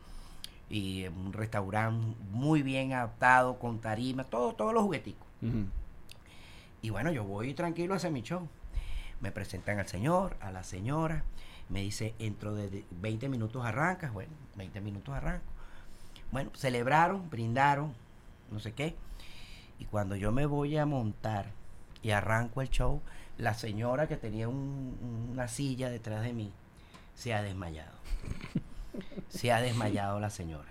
S5: Y en un restaurante muy bien adaptado, con tarima, todo, todos los jugueticos. Y bueno, yo voy tranquilo hacia mi show. Me presentan al señor, a la señora. Me dice, dentro de de 20 minutos arrancas. Bueno, 20 minutos arranco. Bueno, celebraron, brindaron, no sé qué. Y cuando yo me voy a montar y arranco el show, la señora que tenía un- una silla detrás de mí se ha desmayado. Se ha desmayado la señora.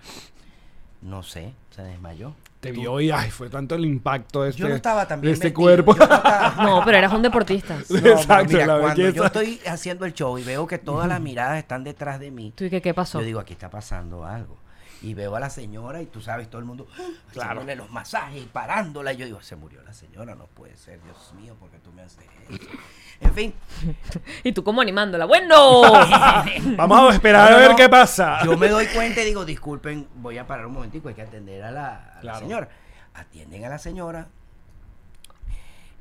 S5: No sé, se desmayó.
S3: Te vio y ay, fue tanto el impacto de este,
S5: Yo no estaba tan
S3: de
S5: bien
S3: este
S5: vestido,
S3: cuerpo.
S5: yo no estaba-
S4: No, pero eras un deportista.
S5: No, pero
S3: Exacto,
S5: mira,
S3: la
S5: cuando
S3: belleza.
S5: yo estoy haciendo el show y veo que todas las miradas están detrás de mí,
S4: ¿Tú y qué, qué pasó?
S5: yo digo, aquí está pasando algo. Y veo a la señora y tú sabes, todo el mundo "Ah",
S3: Claro.
S5: haciéndole los masajes y parándola. Y yo digo, se murió la señora, no puede ser, Dios mío, porque tú me haces eso. En fin,
S4: Y tú como animándola. Bueno,
S3: Vamos a esperar
S5: No,
S3: a
S5: no,
S3: ver
S5: no.
S3: qué pasa.
S5: Yo me doy cuenta y digo, disculpen, voy a parar un momentico, hay que atender a la, a la
S3: Claro.
S5: señora. Atienden a la señora,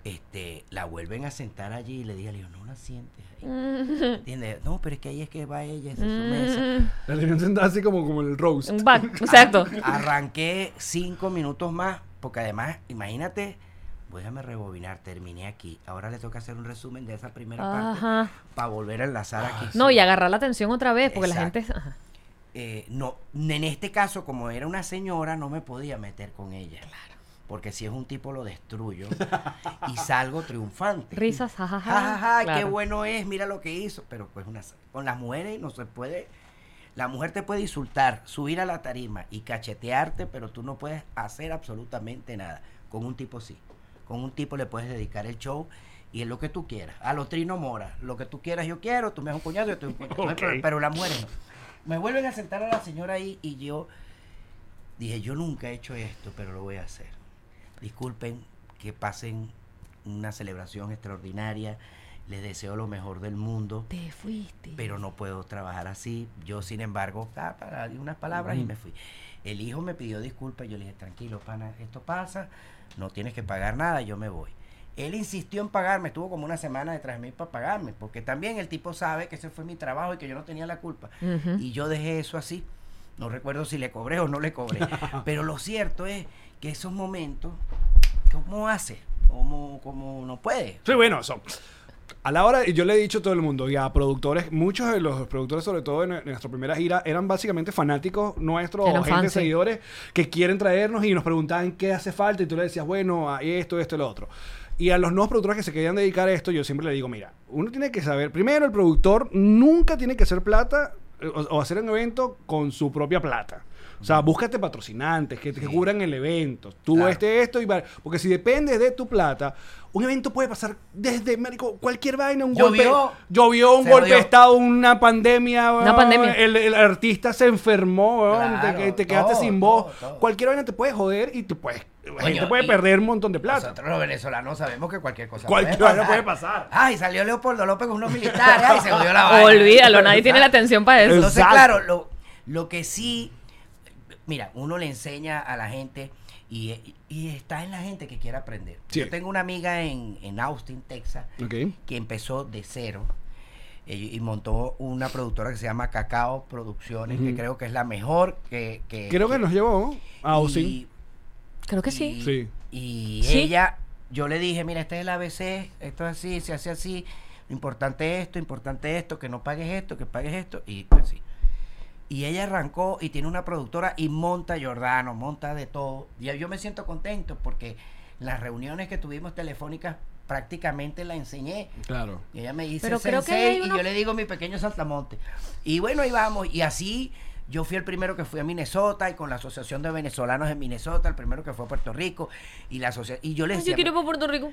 S5: este, la vuelven a sentar allí y le dije, le digo, no la sientes
S4: Mm.
S5: ahí. ¿Entiendes? No, pero es que ahí es que va ella, esa es su mesa.
S3: La tenían sentada así como, como el roast.
S4: Mm. un back, exacto.
S5: Arranqué cinco minutos más, porque además, imagínate, déjame rebobinar, terminé aquí. Ahora le toca hacer un resumen de esa primera
S4: Ajá.
S5: parte para volver a enlazar aquí.
S4: No, y agarrar la atención otra vez, porque la
S5: Exacto.
S4: gente... ajá.
S5: eh, no, en este caso, como era una señora, no me podía meter con ella. Porque si es un tipo lo destruyo y salgo triunfante.
S4: Risas, jajaja.
S5: Ja, ja, ja, qué
S4: claro.
S5: bueno es, mira lo que hizo. Pero pues una, con las mujeres no se puede. La mujer te puede insultar, subir a la tarima y cachetearte, pero tú no puedes hacer absolutamente nada. Con un tipo sí. Con un tipo le puedes dedicar el show Y es lo que tú quieras. A lo trino mora. Lo que tú quieras yo quiero, tú me das un coñazo, yo te doy un coñazo. No hay
S6: Ok.
S5: problema, Pero la mueren. Me vuelven a sentar a la señora ahí y yo dije, yo nunca he hecho esto, pero lo voy a hacer. Disculpen que pasen una celebración extraordinaria. Les deseo lo mejor del mundo
S4: Te fuiste.
S5: pero no puedo trabajar así. Yo, sin embargo, ah, para di unas palabras y me fui. El hijo me pidió disculpas, yo le dije, tranquilo, pana, esto pasa, no tienes que pagar nada, yo me voy. Él insistió en pagarme, estuvo como una semana detrás de mí para pagarme, porque también el tipo sabe que ese fue mi trabajo y que yo no tenía la culpa.
S4: Ujú.
S5: Y yo dejé eso así. No recuerdo si le cobré o no le cobré. Pero lo cierto es que esos momentos, ¿cómo hace? ¿Cómo, cómo no puede?
S3: Sí, bueno, eso. A la hora, y yo le he dicho a todo el mundo, y a productores, muchos de los productores, sobre todo en, en nuestra primera gira, eran básicamente fanáticos nuestros,
S4: Eran
S3: o gente,
S4: fans, sí.
S3: seguidores, que quieren traernos y nos preguntaban qué hace falta, y tú le decías, bueno, a esto, esto, lo otro. Y a los nuevos productores que se querían dedicar a esto, yo siempre le digo, mira, uno tiene que saber, primero, el productor nunca tiene que hacer plata eh, o, o hacer un evento con su propia plata. O sea, búscate patrocinantes que te que cubran el evento. Tú
S5: Claro.
S3: este esto y va- porque si dependes de tu plata, un evento puede pasar desde marico, cualquier vaina, un
S5: Llovió.
S3: golpe, llovió, un
S5: Se
S3: golpe de
S5: odió.
S3: estado, una pandemia, weón,
S4: pandemia.
S3: El, el artista se enfermó, weón,
S5: Claro,
S3: te, te quedaste
S5: todo,
S3: sin voz,
S5: todo, todo.
S3: cualquier vaina te puede joder y te puedes, la
S5: Coño,
S3: gente puede
S5: y-
S3: perder un montón de plata.
S5: Nosotros los venezolanos sabemos que cualquier cosa
S3: Cualquier vaina puede pasar.
S5: Ay, salió Leopoldo López con unos militares ay, se jodió
S4: ah,
S5: la vaina.
S4: Olvídalo, nadie tiene la atención para eso.
S5: Entonces,
S3: Exacto.
S5: claro, lo, lo que sí, mira, uno le enseña a la gente y, y está en la gente que quiere aprender.
S3: Sí.
S5: Yo tengo una amiga en, en Austin, Texas,
S3: Ok.
S5: que empezó de cero eh, y montó una productora que se llama Cacao Producciones, que creo que es la mejor que... que
S3: Creo que nos llevó a Austin.
S5: y-
S4: Creo que sí.
S5: y-
S3: Sí.
S5: Y
S4: Sí.
S5: ella, yo le dije, mira, este es el ABC, esto es así, se hace así, importante esto, importante esto, que no pagues esto, que pagues esto, y así. Y ella arrancó y tiene una productora y monta Jordano, monta de todo. Y yo me siento contento porque las reuniones que tuvimos telefónicas prácticamente la enseñé.
S3: Claro.
S5: Y ella me dice
S4: Pero creo que
S5: "Sensei",
S4: hay
S5: y
S4: unos-
S5: yo le digo mi pequeño saltamonte. Y bueno, ahí vamos. Y así yo fui el primero que fui a Minnesota y con la Asociación de Venezolanos en Minnesota, el primero que fue a Puerto Rico y la asocia- y yo le
S4: Ay,
S5: decía,
S4: Yo quiero ir para Puerto Rico.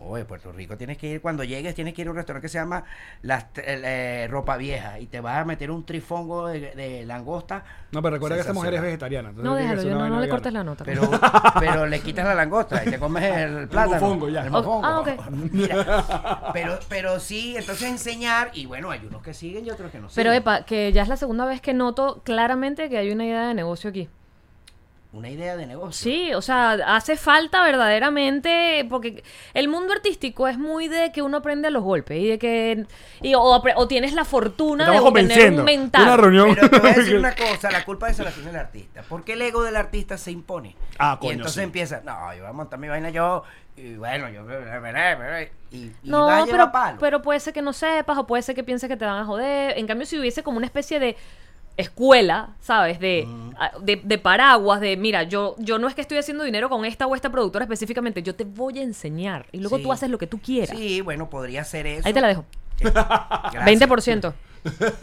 S5: "Oye, Puerto Rico tienes que ir cuando llegues, tienes que ir a un restaurante que se llama Las T- el, eh, Ropa Vieja y te vas a meter un trifongo de, de langosta."
S3: No, pero recuerda que esta mujer es
S5: Sensacional.
S3: vegetariana. entonces
S4: No,
S3: tiene que
S4: déjalo,
S3: ser
S4: yo
S3: una
S4: no, no
S3: vaina
S4: le cortes la
S3: vegana.
S4: nota.
S5: Pero, pero le quitas la langosta y te comes el plátano.
S3: mofongo, ya.
S4: Ok,
S5: El
S4: ah,
S5: mofongo.
S4: ok.
S5: Mira, pero, pero sí, entonces enseñar, y bueno, hay unos que siguen y otros que no
S4: Pero
S5: siguen.
S4: epa, que ya es la segunda vez que noto claramente que hay una idea de negocio aquí.
S5: Una idea de negocio.
S4: Sí, o sea, hace falta verdaderamente, porque el mundo artístico es muy de que uno aprende a los golpes y de que, y, o, apre- o tienes la fortuna
S3: Estamos
S4: de tener un
S3: convenciendo.
S4: mental.
S3: Una reunión.
S5: Pero te voy a decir una cosa, la culpa de eso la tiene el artista, porque el ego del artista se impone.
S3: Ah,
S5: y
S3: coño,
S5: entonces
S3: sí.
S5: empieza, no, yo voy a montar mi vaina yo, y bueno, yo... Y, y
S4: No,
S5: va a llevar
S4: pero,
S5: palo.
S4: pero puede ser que no sepas o puede ser que pienses que te van a joder. En cambio, si hubiese como una especie de escuela, ¿sabes? De, a- de, de paraguas, de mira, yo, yo no es que estoy haciendo dinero con esta o esta productora específicamente, yo te voy a enseñar y luego
S5: Sí.
S4: tú haces lo que tú quieras.
S5: Sí, bueno, podría ser eso.
S4: Ahí te la dejo.
S5: Gracias.
S4: 20%.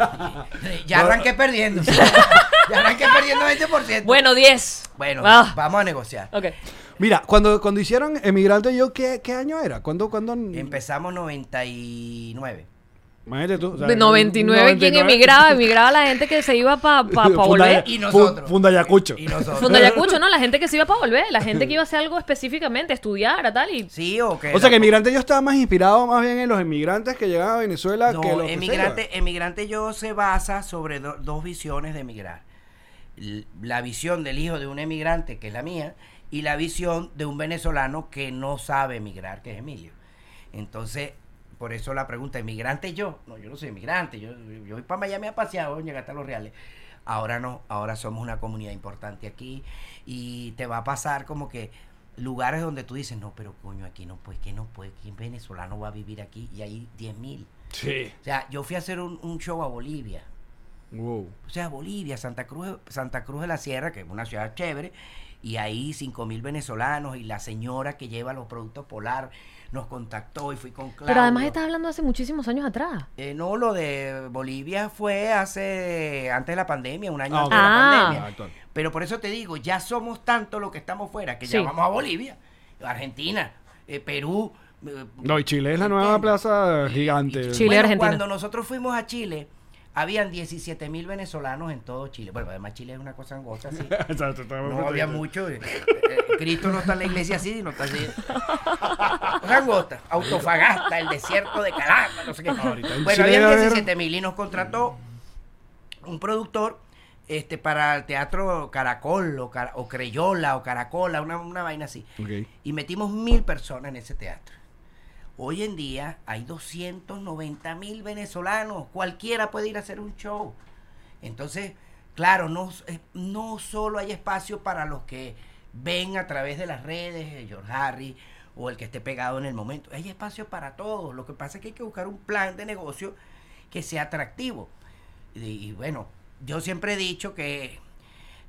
S5: Ya arranqué perdiendo. ya arranqué perdiendo 20%.
S4: Bueno, 10.
S5: Bueno,
S4: Ah,
S5: vamos a negociar.
S4: ok.
S3: Mira, cuando, cuando hicieron Emigrante yo, ¿qué, qué año era? ¿Cuándo? cuándo...
S5: Empezamos 99.
S3: Imagínate tú. o sea,
S4: De 99, ¿quién
S3: 99.
S4: emigraba? Emigraba la gente que se iba para pa, pa
S3: Funda-
S4: volver.
S5: Y
S3: Fun-
S5: nosotros.
S3: Fundayacucho.
S5: Y nosotros.
S4: Fundayacucho, ¿no? La gente que se iba para volver, la gente que iba a hacer algo específicamente, estudiar, a tal y...
S5: Sí, o que.
S3: O sea que emigrante yo estaba más inspirado más bien en los emigrantes que llegaban a Venezuela
S5: No,
S3: que los que se
S5: emigrante, emigrante yo se basa sobre do- dos visiones de emigrar. L- La visión del hijo de un emigrante, que es la mía, y la visión de un venezolano que no sabe emigrar, que es Emilio. Entonces, por eso la pregunta, ¿emigrante yo? No, yo no soy emigrante, yo, yo voy para Miami a pasear, voy a llegar hasta Los Reales. Ahora no, ahora somos una comunidad importante aquí y te va a pasar como que lugares donde tú dices, no, pero coño, aquí no puede, que no puede, que venezolano va a vivir aquí y hay 10 mil.
S3: Sí.
S5: O sea, yo fui a hacer un, un show a Bolivia.
S3: Wow.
S5: O sea, Bolivia, Santa Cruz, Santa Cruz de la Sierra, que es una ciudad chévere, y ahí cinco mil venezolanos y la señora que lleva los productos polar nos contactó y fui con Claudio.
S4: Pero además estás hablando hace muchísimos años atrás.
S5: Eh, no, lo de Bolivia fue hace antes de la pandemia, un año
S3: Ah,
S4: ok.
S5: antes de
S4: Ah.
S5: la
S3: Ah,
S5: pandemia.
S3: actual.
S5: Pero por eso te digo, ya somos tanto los que estamos fuera que
S4: Sí.
S5: ya vamos a Bolivia, Argentina, eh, Perú,
S3: No, y Chile es la nueva plaza gigante.
S4: Chile, Argentina.
S5: Cuando nosotros fuimos a Chile, habían 17 mil venezolanos en todo Chile. Bueno, además Chile es una cosa angosta, sí.
S3: Exacto, estamos
S5: No había
S3: contentos.
S5: mucho. eh, eh, Cristo no está en la iglesia así, no está así. Rangota, Autofagasta, el desierto de Calama, no sé qué.
S3: en
S5: bueno,
S3: Chile debe
S5: había
S3: haber-
S5: 17 mil y nos contrató un productor este, para el teatro Caracol o, Cara- o Creyola o Caracola, una, una vaina así.
S3: Ok.
S5: Y metimos mil personas en ese teatro. Hoy en día hay 290 mil venezolanos. Cualquiera puede ir a hacer un show. Entonces, claro, no, eh, no solo hay espacio para los que ven a través de las redes, eh, George Harry o el que esté pegado en el momento. Hay espacio para todos. Lo que pasa es que hay que buscar un plan de negocio que sea atractivo. Y, y bueno, yo siempre he dicho que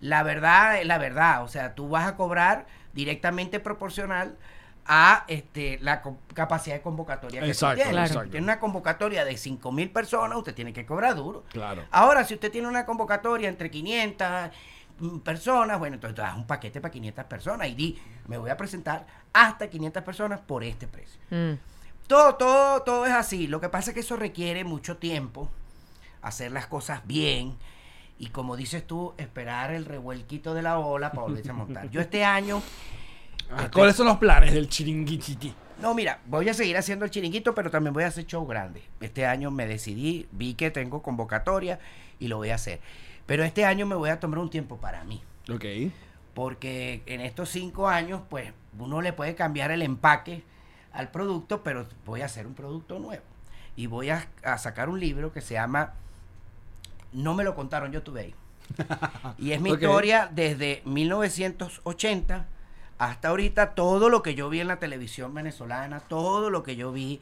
S5: la verdad es la verdad. O sea, tú vas a cobrar directamente proporcional a este, la co- capacidad de convocatoria que tú
S3: Exacto,
S5: tienes.
S4: Claro.
S5: Si tú tienes una convocatoria de 5 mil personas, usted tiene que cobrar duro.
S3: Claro.
S5: Ahora, si usted tiene una convocatoria entre 500 mm, personas, bueno, entonces das un paquete para 500 personas y di, me voy a presentar hasta 500 personas por este precio.
S4: Mm.
S5: Todo, todo, todo es así. Lo que pasa es que eso requiere mucho tiempo, hacer las cosas bien y como dices tú, esperar el revuelquito de la ola para volverse a montar. Yo este año,
S3: Ah, ¿Cuáles son los planes del chiringuititi?
S5: no, mira, voy a seguir haciendo el chiringuito, pero también voy a hacer show grande. Este año me decidí, vi que tengo convocatoria y lo voy a hacer. Pero este año me voy a tomar un tiempo para mí.
S3: Ok.
S5: porque en estos cinco años, pues uno le puede cambiar el empaque al producto, pero voy a hacer un producto nuevo. Y voy a, a sacar un libro que se llama No me lo contaron, yo tuve ahí. Y es mi
S3: Ok.
S5: historia desde 1980 hasta ahorita, todo lo que yo vi en la televisión venezolana, todo lo que yo vi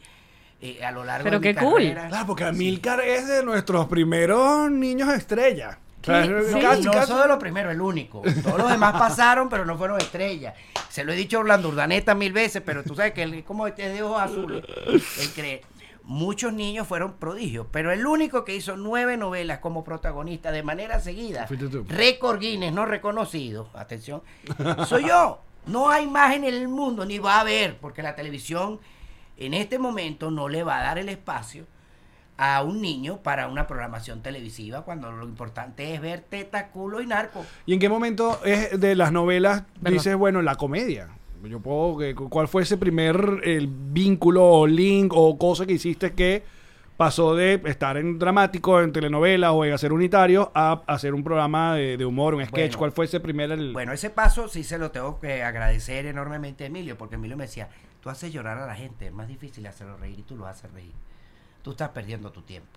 S5: eh, a lo largo
S4: Pero
S5: de mi
S4: qué cool.
S5: carrera.
S3: Claro, porque Amilcar es de nuestros primeros niños estrella. O sea,
S4: Sí,
S3: es-
S4: sí.
S5: Y
S3: casi,
S5: no
S3: casi-
S5: solo lo primero, el único. Todos los demás pasaron, pero no fueron estrellas. Se lo he dicho a Orlando Urdaneta mil veces, pero tú sabes que él es como este de ojos azules. Él cree. Muchos niños fueron prodigios, pero el único que hizo nueve novelas como protagonista de manera seguida,
S3: Fuiste tú.
S5: récord Guinness no reconocido, atención, soy yo. No hay más en el mundo, ni va a haber, porque la televisión en este momento no le va a dar el espacio a un niño para una programación televisiva cuando lo importante es ver teta, culo y narco.
S3: ¿Y en qué momento es de las novelas
S4: Verdad.
S3: dices, bueno, la comedia? Yo puedo, que- ¿Cuál fue ese primer el vínculo o link o cosa que hiciste que pasó de estar en dramático, en telenovelas o en hacer unitario a hacer un programa de, de humor, un sketch?
S5: Bueno.
S3: ¿Cuál fue ese primer... el-
S5: Bueno, ese paso sí se lo tengo que agradecer enormemente a Emilio, porque Emilio me decía, tú haces llorar a la gente, es más difícil hacerlo reír y tú lo haces reír. Tú estás perdiendo tu tiempo.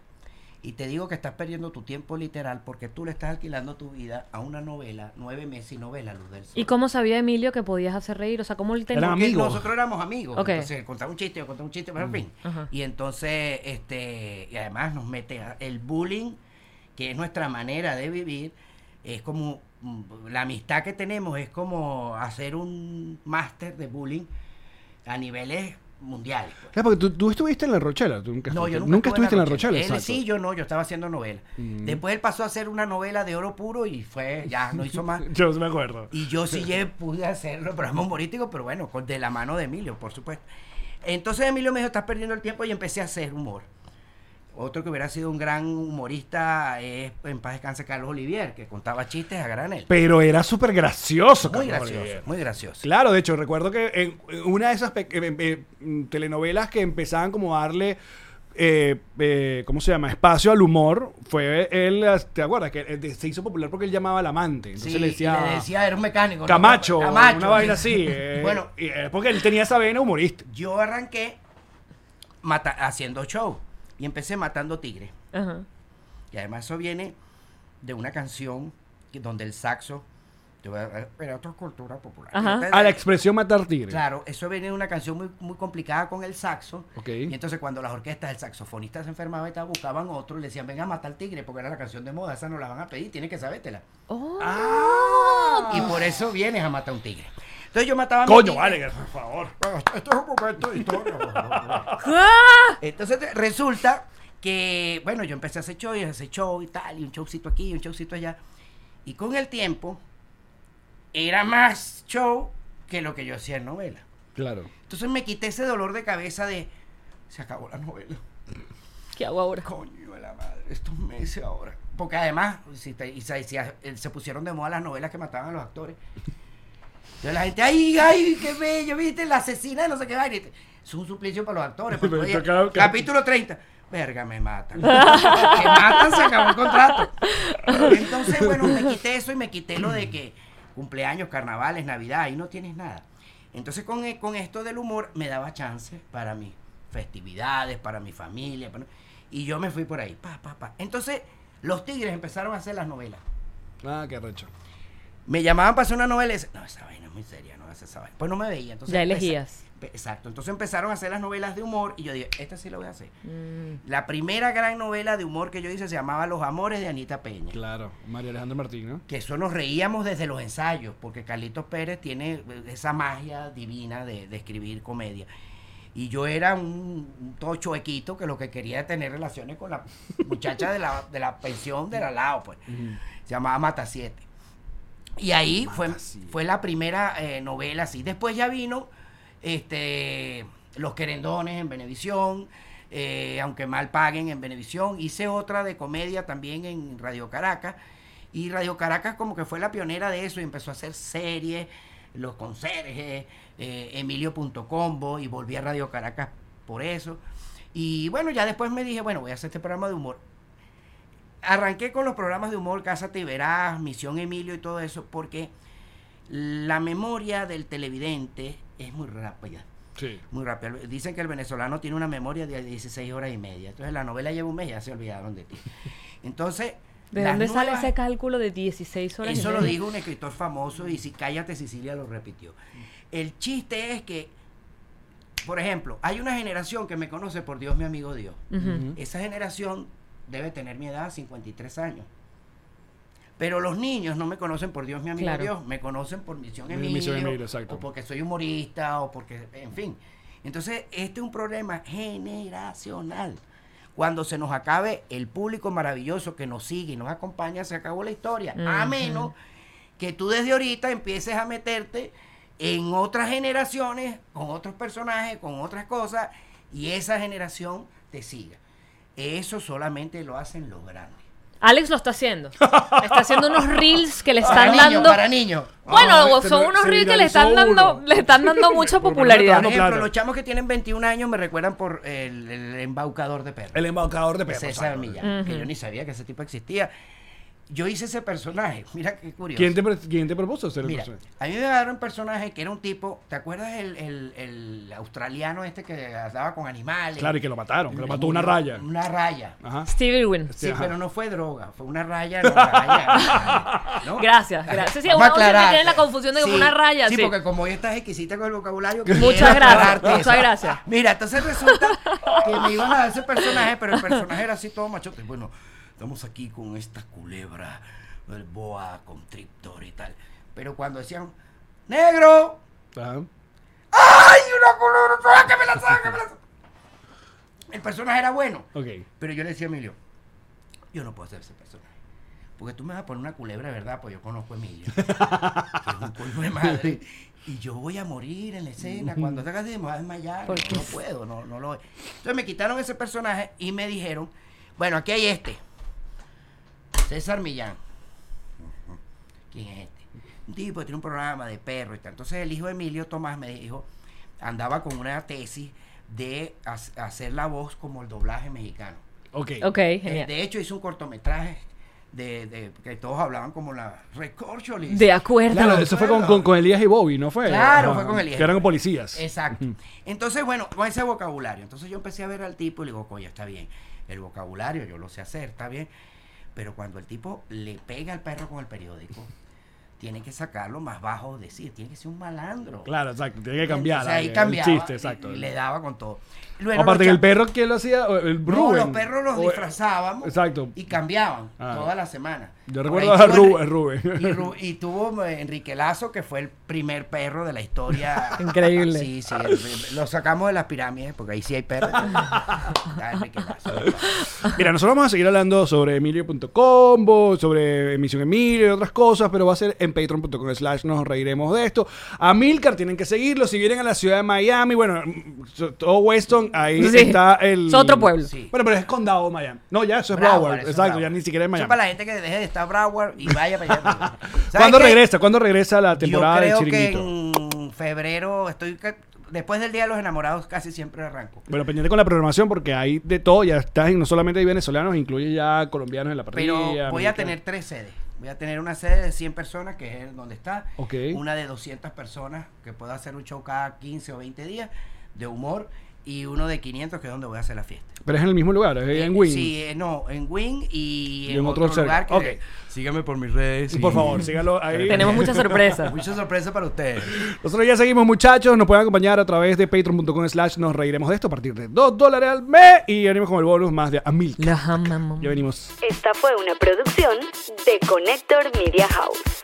S5: Y te digo que estás perdiendo tu tiempo literal porque tú le estás alquilando tu vida a una novela, nueve meses y novela, Luz del Sol.
S4: ¿Y cómo sabía Emilio que podías hacer reír? O sea, ¿cómo él te
S3: Era
S5: Porque
S3: amigo.
S5: Nosotros éramos amigos.
S4: Ok.
S5: Entonces, él contaba un chiste, yo contaba un chiste,
S3: Mm,
S5: pero en fin.
S4: ajá.
S5: Y entonces, este, y además nos mete a- el bullying, que es nuestra manera de vivir, es como, mm, la amistad que tenemos es como hacer un máster de bullying a niveles mundiales. pues.
S3: Claro, porque tú, tú estuviste en La Rochela. Tú nunca
S5: No,
S3: estuviste,
S5: yo nunca,
S3: nunca
S5: estuve
S3: estuviste en La Rochela.
S5: Él
S3: exacto. Mm.
S5: sí, yo no, yo estaba haciendo novela. Después él pasó a hacer una novela de oro puro y fue, ya, no hizo más.
S3: Yo sí me acuerdo.
S5: Y yo sí ya pude hacerlo, programa humorístico, pero bueno, con, de la mano de Emilio, por supuesto. Entonces Emilio me dijo, estás perdiendo el tiempo y empecé a hacer humor. Otro que hubiera sido un gran humorista es, en paz descanse, Carlos Olivier, que contaba chistes a granel.
S3: Pero era súper gracioso.
S5: Muy
S3: Carlos
S5: gracioso,
S3: Oliver.
S5: muy gracioso.
S3: Claro, de hecho, recuerdo que en en una de esas pe- eh, eh, eh, telenovelas que empezaban como a darle, eh, eh, ¿cómo se llama? Espacio al humor, fue él, ¿te acuerdas? Que eh, se hizo popular porque él llamaba al amante. Entonces
S5: Sí,
S3: le
S5: y le
S3: decía...
S5: decía, era un mecánico. ¿no?
S3: Camacho,
S5: Camacho,
S3: una vaina
S5: sí.
S3: así. eh,
S5: Bueno,
S3: y era porque él tenía esa vena humorista.
S5: yo arranqué mata- haciendo show y empecé matando tigres.
S4: Ajá.
S5: Y además eso viene de una canción que- donde el saxo yo voy a- era otra cultura popular.
S4: Ajá.
S5: Pero-
S3: A la expresión matar tigre.
S5: Claro, eso viene de una canción muy, muy complicada con el saxo.
S3: Ok.
S5: Y entonces cuando las orquestas, el saxofonista se enfermaba y tal, buscaban otro y le decían, venga a matar al tigre, porque era la canción de moda, esa no la van a pedir, tienes que sabértela.
S4: Oh,
S3: Ah.
S5: Y por eso vienes a matar a un tigre. Entonces yo mataba a mi
S3: Coño,
S5: tigre.
S3: vale, por favor.
S5: Bueno, esto- Esto es un momento de historia. por favor.
S4: ¡Ah!
S5: Entonces te- resulta que, bueno, yo empecé a hacer show y hacer show y tal, y un showcito aquí, y un showcito allá. Y con el tiempo, era más show que lo que yo hacía en novela.
S3: Claro.
S5: Entonces me quité ese dolor de cabeza de. Se acabó la novela.
S4: ¿Qué hago ahora?
S5: Coño de la madre, estos meses ahora. Porque además, si te- y se, si a- eh, se pusieron de moda las novelas que mataban a los actores. Entonces la gente, ay, ay, qué bello, viste, la asesina de no sé qué vaina. Y te- Es un suplicio para los actores. porque,
S3: Pero
S5: oye,
S3: esto cada- cada-
S5: capítulo 30. Verga, me matan. que matan, se acabó el contrato. Entonces, bueno, me quité eso y me quité lo de que cumpleaños, carnavales, Navidad, ahí no tienes nada. Entonces, con, e- con esto del humor, me daba chance para mis festividades, para mi familia. para- y yo me fui por ahí, pa, pa, pa. Entonces, los tigres empezaron a hacer las novelas.
S3: Ah, qué recho.
S5: Me llamaban para hacer una novela y decía, no, esa vaina es muy seria, no haces esa vaina. Pues no me veía. Entonces
S4: Ya
S5: empeza-
S4: elegías.
S5: pe- Exacto. Entonces empezaron a hacer las novelas de humor y yo dije, esta sí la voy a hacer.
S4: Mm.
S5: La primera gran novela de humor que yo hice se llamaba Los Amores de Anita Peña.
S3: Claro. María Alejandra Martín, ¿no?
S5: Que eso nos reíamos desde los ensayos, porque Carlitos Pérez tiene eh, esa magia divina de, de escribir comedia. Y yo era un, un tocho equito que lo que quería era tener relaciones con la muchacha de la, de la pensión de la LAO, pues. Se llamaba Mata Siete. Y ahí fue, fue la primera eh, novela así. Después ya vino este, Los Querendones en Benevisión, eh, Aunque Mal Paguen en Benevisión. Hice otra de comedia también en Radio Caracas. Y Radio Caracas como que fue la pionera de eso y empezó a hacer series, Los Conserjes, eh, Emilio.combo y volví a Radio Caracas por eso. Y bueno, ya después me dije, bueno, voy a hacer este programa de humor arranqué con los programas de humor, Casa Te Verás, Misión Emilio y todo eso, porque la memoria del televidente es muy rápida.
S3: Sí.
S5: Muy rápida. Dicen que el venezolano tiene una memoria de 16 horas y media. Entonces la novela lleva un mes y ya se olvidaron de ti. Entonces.
S4: ¿De
S5: las
S4: dónde sale
S5: nuevas-
S4: ese cálculo de 16 horas? y
S5: eso lo
S4: media?
S5: dijo un escritor famoso y si cállate Sicilia lo repitió. El chiste es que, por ejemplo, hay una generación que me conoce por Dios, mi amigo Dios.
S3: Mm.
S4: Ujú.
S5: Esa generación debe tener mi edad, 53 años. Pero los niños no me conocen por Dios, mi amigo
S4: Claro.
S5: Dios, me conocen por Misión
S3: Mi-
S5: Emilio,
S3: Misión Emilio, exacto.
S5: o porque soy humorista, o porque, en fin. Entonces, este es un problema generacional. Cuando se nos acabe el público maravilloso que nos sigue y nos acompaña, se acabó la historia. A
S4: Ujú.
S5: menos que tú desde ahorita empieces a meterte en otras generaciones, con otros personajes, con otras cosas, y esa generación te siga. Eso solamente lo hacen los grandes.
S4: Alex lo está haciendo. Está haciendo unos reels que le
S5: Para
S4: están
S5: niños,
S4: dando.
S5: para niños.
S4: Bueno,
S3: Ah, se
S4: son
S3: me-
S4: unos
S3: se
S4: reels que le están
S3: viralizó
S4: dando,
S3: uno.
S4: le están dando mucha
S3: Por lo menos
S4: popularidad.
S5: Por
S3: no,
S5: ejemplo,
S3: claro.
S5: los chamos que tienen 21 años me recuerdan por el, el embaucador de perros.
S3: El embaucador pues, de perros.
S5: César
S3: ¿sabes?
S5: Millán, que yo ni sabía que ese tipo existía. Yo hice ese personaje, mira qué curioso.
S3: ¿Quién te, pre- quién te propuso hacer el
S5: Mira,
S3: personaje?
S5: a mí me agarraron un personaje que era un tipo, ¿te acuerdas el, el- el australiano este que andaba con animales?
S3: Claro, y que lo mataron, que lo
S5: Le
S3: mató una
S5: murió
S3: raya.
S5: Una raya.
S3: Ajá.
S4: Steve Irwin.
S5: Sí,
S3: Ajá.
S5: pero no fue droga, fue una raya. no, raya, ¿no?
S4: Gracias, gracias. Sí,
S5: Vamos
S4: uno
S5: a
S4: siempre
S5: aclarar.
S4: tiene la confusión de como una raya,
S5: Sí,
S4: sí.
S5: porque como hoy estás exquisita con el vocabulario.
S4: Muchas
S5: quiero
S4: gracias,
S5: aclararte
S4: muchas
S5: eso.
S4: gracias.
S5: Mira, entonces resulta que me iban a dar ese personaje, pero el personaje era así todo machote. Bueno, estamos aquí con esta culebra, el boa constrictor y tal. Pero cuando decían, negro,
S3: Ajá.
S5: ¡ay, una culebra! ¡Ah, ¡Sáquemela, sáquemela! El personaje era bueno.
S3: Ok.
S5: Pero yo le decía a Emilio, yo no puedo ser ese personaje. Porque tú me vas a poner una culebra, ¿verdad? Pues yo conozco a Emilio. que es un coño de madre. Y yo voy a morir en la escena. Cuando te hagas de me voy a desmayar. No, no puedo, no, no lo Entonces me quitaron ese personaje y me dijeron, bueno, aquí hay este. César Millán. ¿Quién es este? Un tipo que tiene un programa de perro y tal. Entonces el hijo de Emilio Tomás me dijo, andaba con una tesis de hac- hacer la voz como el doblaje mexicano.
S3: Ok.
S4: Ok,
S5: Eh,
S4: genial.
S5: De hecho, hizo un cortometraje de, de- que todos hablaban como la recorcholis.
S4: De acuerdo.
S3: Claro, eso fue con, con, con Elías y Bobby, ¿no fue?
S5: Claro,
S3: Ajá,
S5: fue con Elías.
S3: Que eran policías.
S5: Exacto. Entonces, bueno, con ese vocabulario. Entonces yo empecé a ver al tipo y le digo, coño, está bien. El vocabulario yo lo sé hacer, está bien. Pero cuando el tipo le pega al perro con el periódico, tiene que sacarlo más bajo, decir, tiene que ser un malandro.
S3: Claro, exacto. Tiene que cambiar.
S5: Entonces, ahí
S3: el
S5: cambiaba
S3: chiste,
S5: y-
S3: exacto.
S5: Y, le daba con todo. Luego
S3: Aparte
S5: los
S3: que el
S5: cha-
S3: perro, ¿quién lo hacía? O El
S5: No,
S3: Rubén.
S5: los perros los
S3: O- eh,
S5: disfrazábamos
S3: Exacto.
S5: y cambiaban
S3: Ah.
S5: toda la semana.
S3: Yo
S5: Por
S3: recuerdo
S5: ahí
S3: a
S5: estuvo
S3: Rubén-
S5: Enri-
S3: Rubén.
S5: Y, Ru- y tuvo eh, Enrique Lazo, que fue el primer perro de la historia.
S4: Increíble.
S5: Sí, sí. el- lo sacamos de las pirámides, porque ahí sí hay perros. Está Enrique Lazo.
S3: Mira, nosotros vamos a seguir hablando sobre Emilio.combo, sobre Misión Emilio y otras cosas, pero va a ser en patreon.com slash nos reiremos de esto. A Milcar tienen que seguirlo. Si vienen a la ciudad de Miami, bueno, mm, todo Weston, ahí
S4: Sí.
S3: está el...
S4: Es otro pueblo.
S5: Sí.
S3: Bueno, pero es condado de Miami. No, ya, eso es
S5: Broward,
S3: Broward.
S5: eso es
S3: Exacto, ya
S5: Broward.
S3: ni siquiera es
S5: Eso
S3: Miami.
S5: para la gente que deje de estar Broward y vaya para allá. ¿Sabes
S3: ¿Cuándo
S5: qué?
S3: regresa? ¿Cuándo regresa la temporada del
S5: Yo creo
S3: chiringuito?
S5: que en febrero estoy... ca- Después del Día de los Enamorados casi siempre arranco.
S3: Bueno, pendiente con la programación porque hay de todo, ya estás, no solamente hay venezolanos, incluye ya colombianos en la parrilla.
S5: Pero voy a
S3: mexicanos.
S5: tener tres sedes. Voy a tener una sede de 100 personas, que es donde está.
S3: Ok.
S5: Una de 200 personas, que puedo hacer un show cada 15 o 20 días, de humor. Y uno de 500, que es donde voy a hacer la fiesta.
S3: Pero es en el mismo lugar, es en
S5: Eh,
S3: Wynn.
S5: Sí, eh, no, en Wing y,
S3: Y
S5: en,
S3: en otro
S5: otro, lugar.
S3: cerca.
S5: que-
S3: Ok.
S5: Síganme por mis redes.
S3: Por
S5: y-
S3: favor, sígalo ahí.
S4: Tenemos muchas sorpresas.
S5: Mucha sorpresa para ustedes.
S3: Nosotros ya seguimos, muchachos. Nos pueden acompañar a través de patreon.com slash nos reiremos de esto a partir de 2 dólares al mes. Y venimos con el bonus más de a mil.
S4: Los amamos.
S3: Ya venimos.
S1: Esta fue una producción de Connector Media House.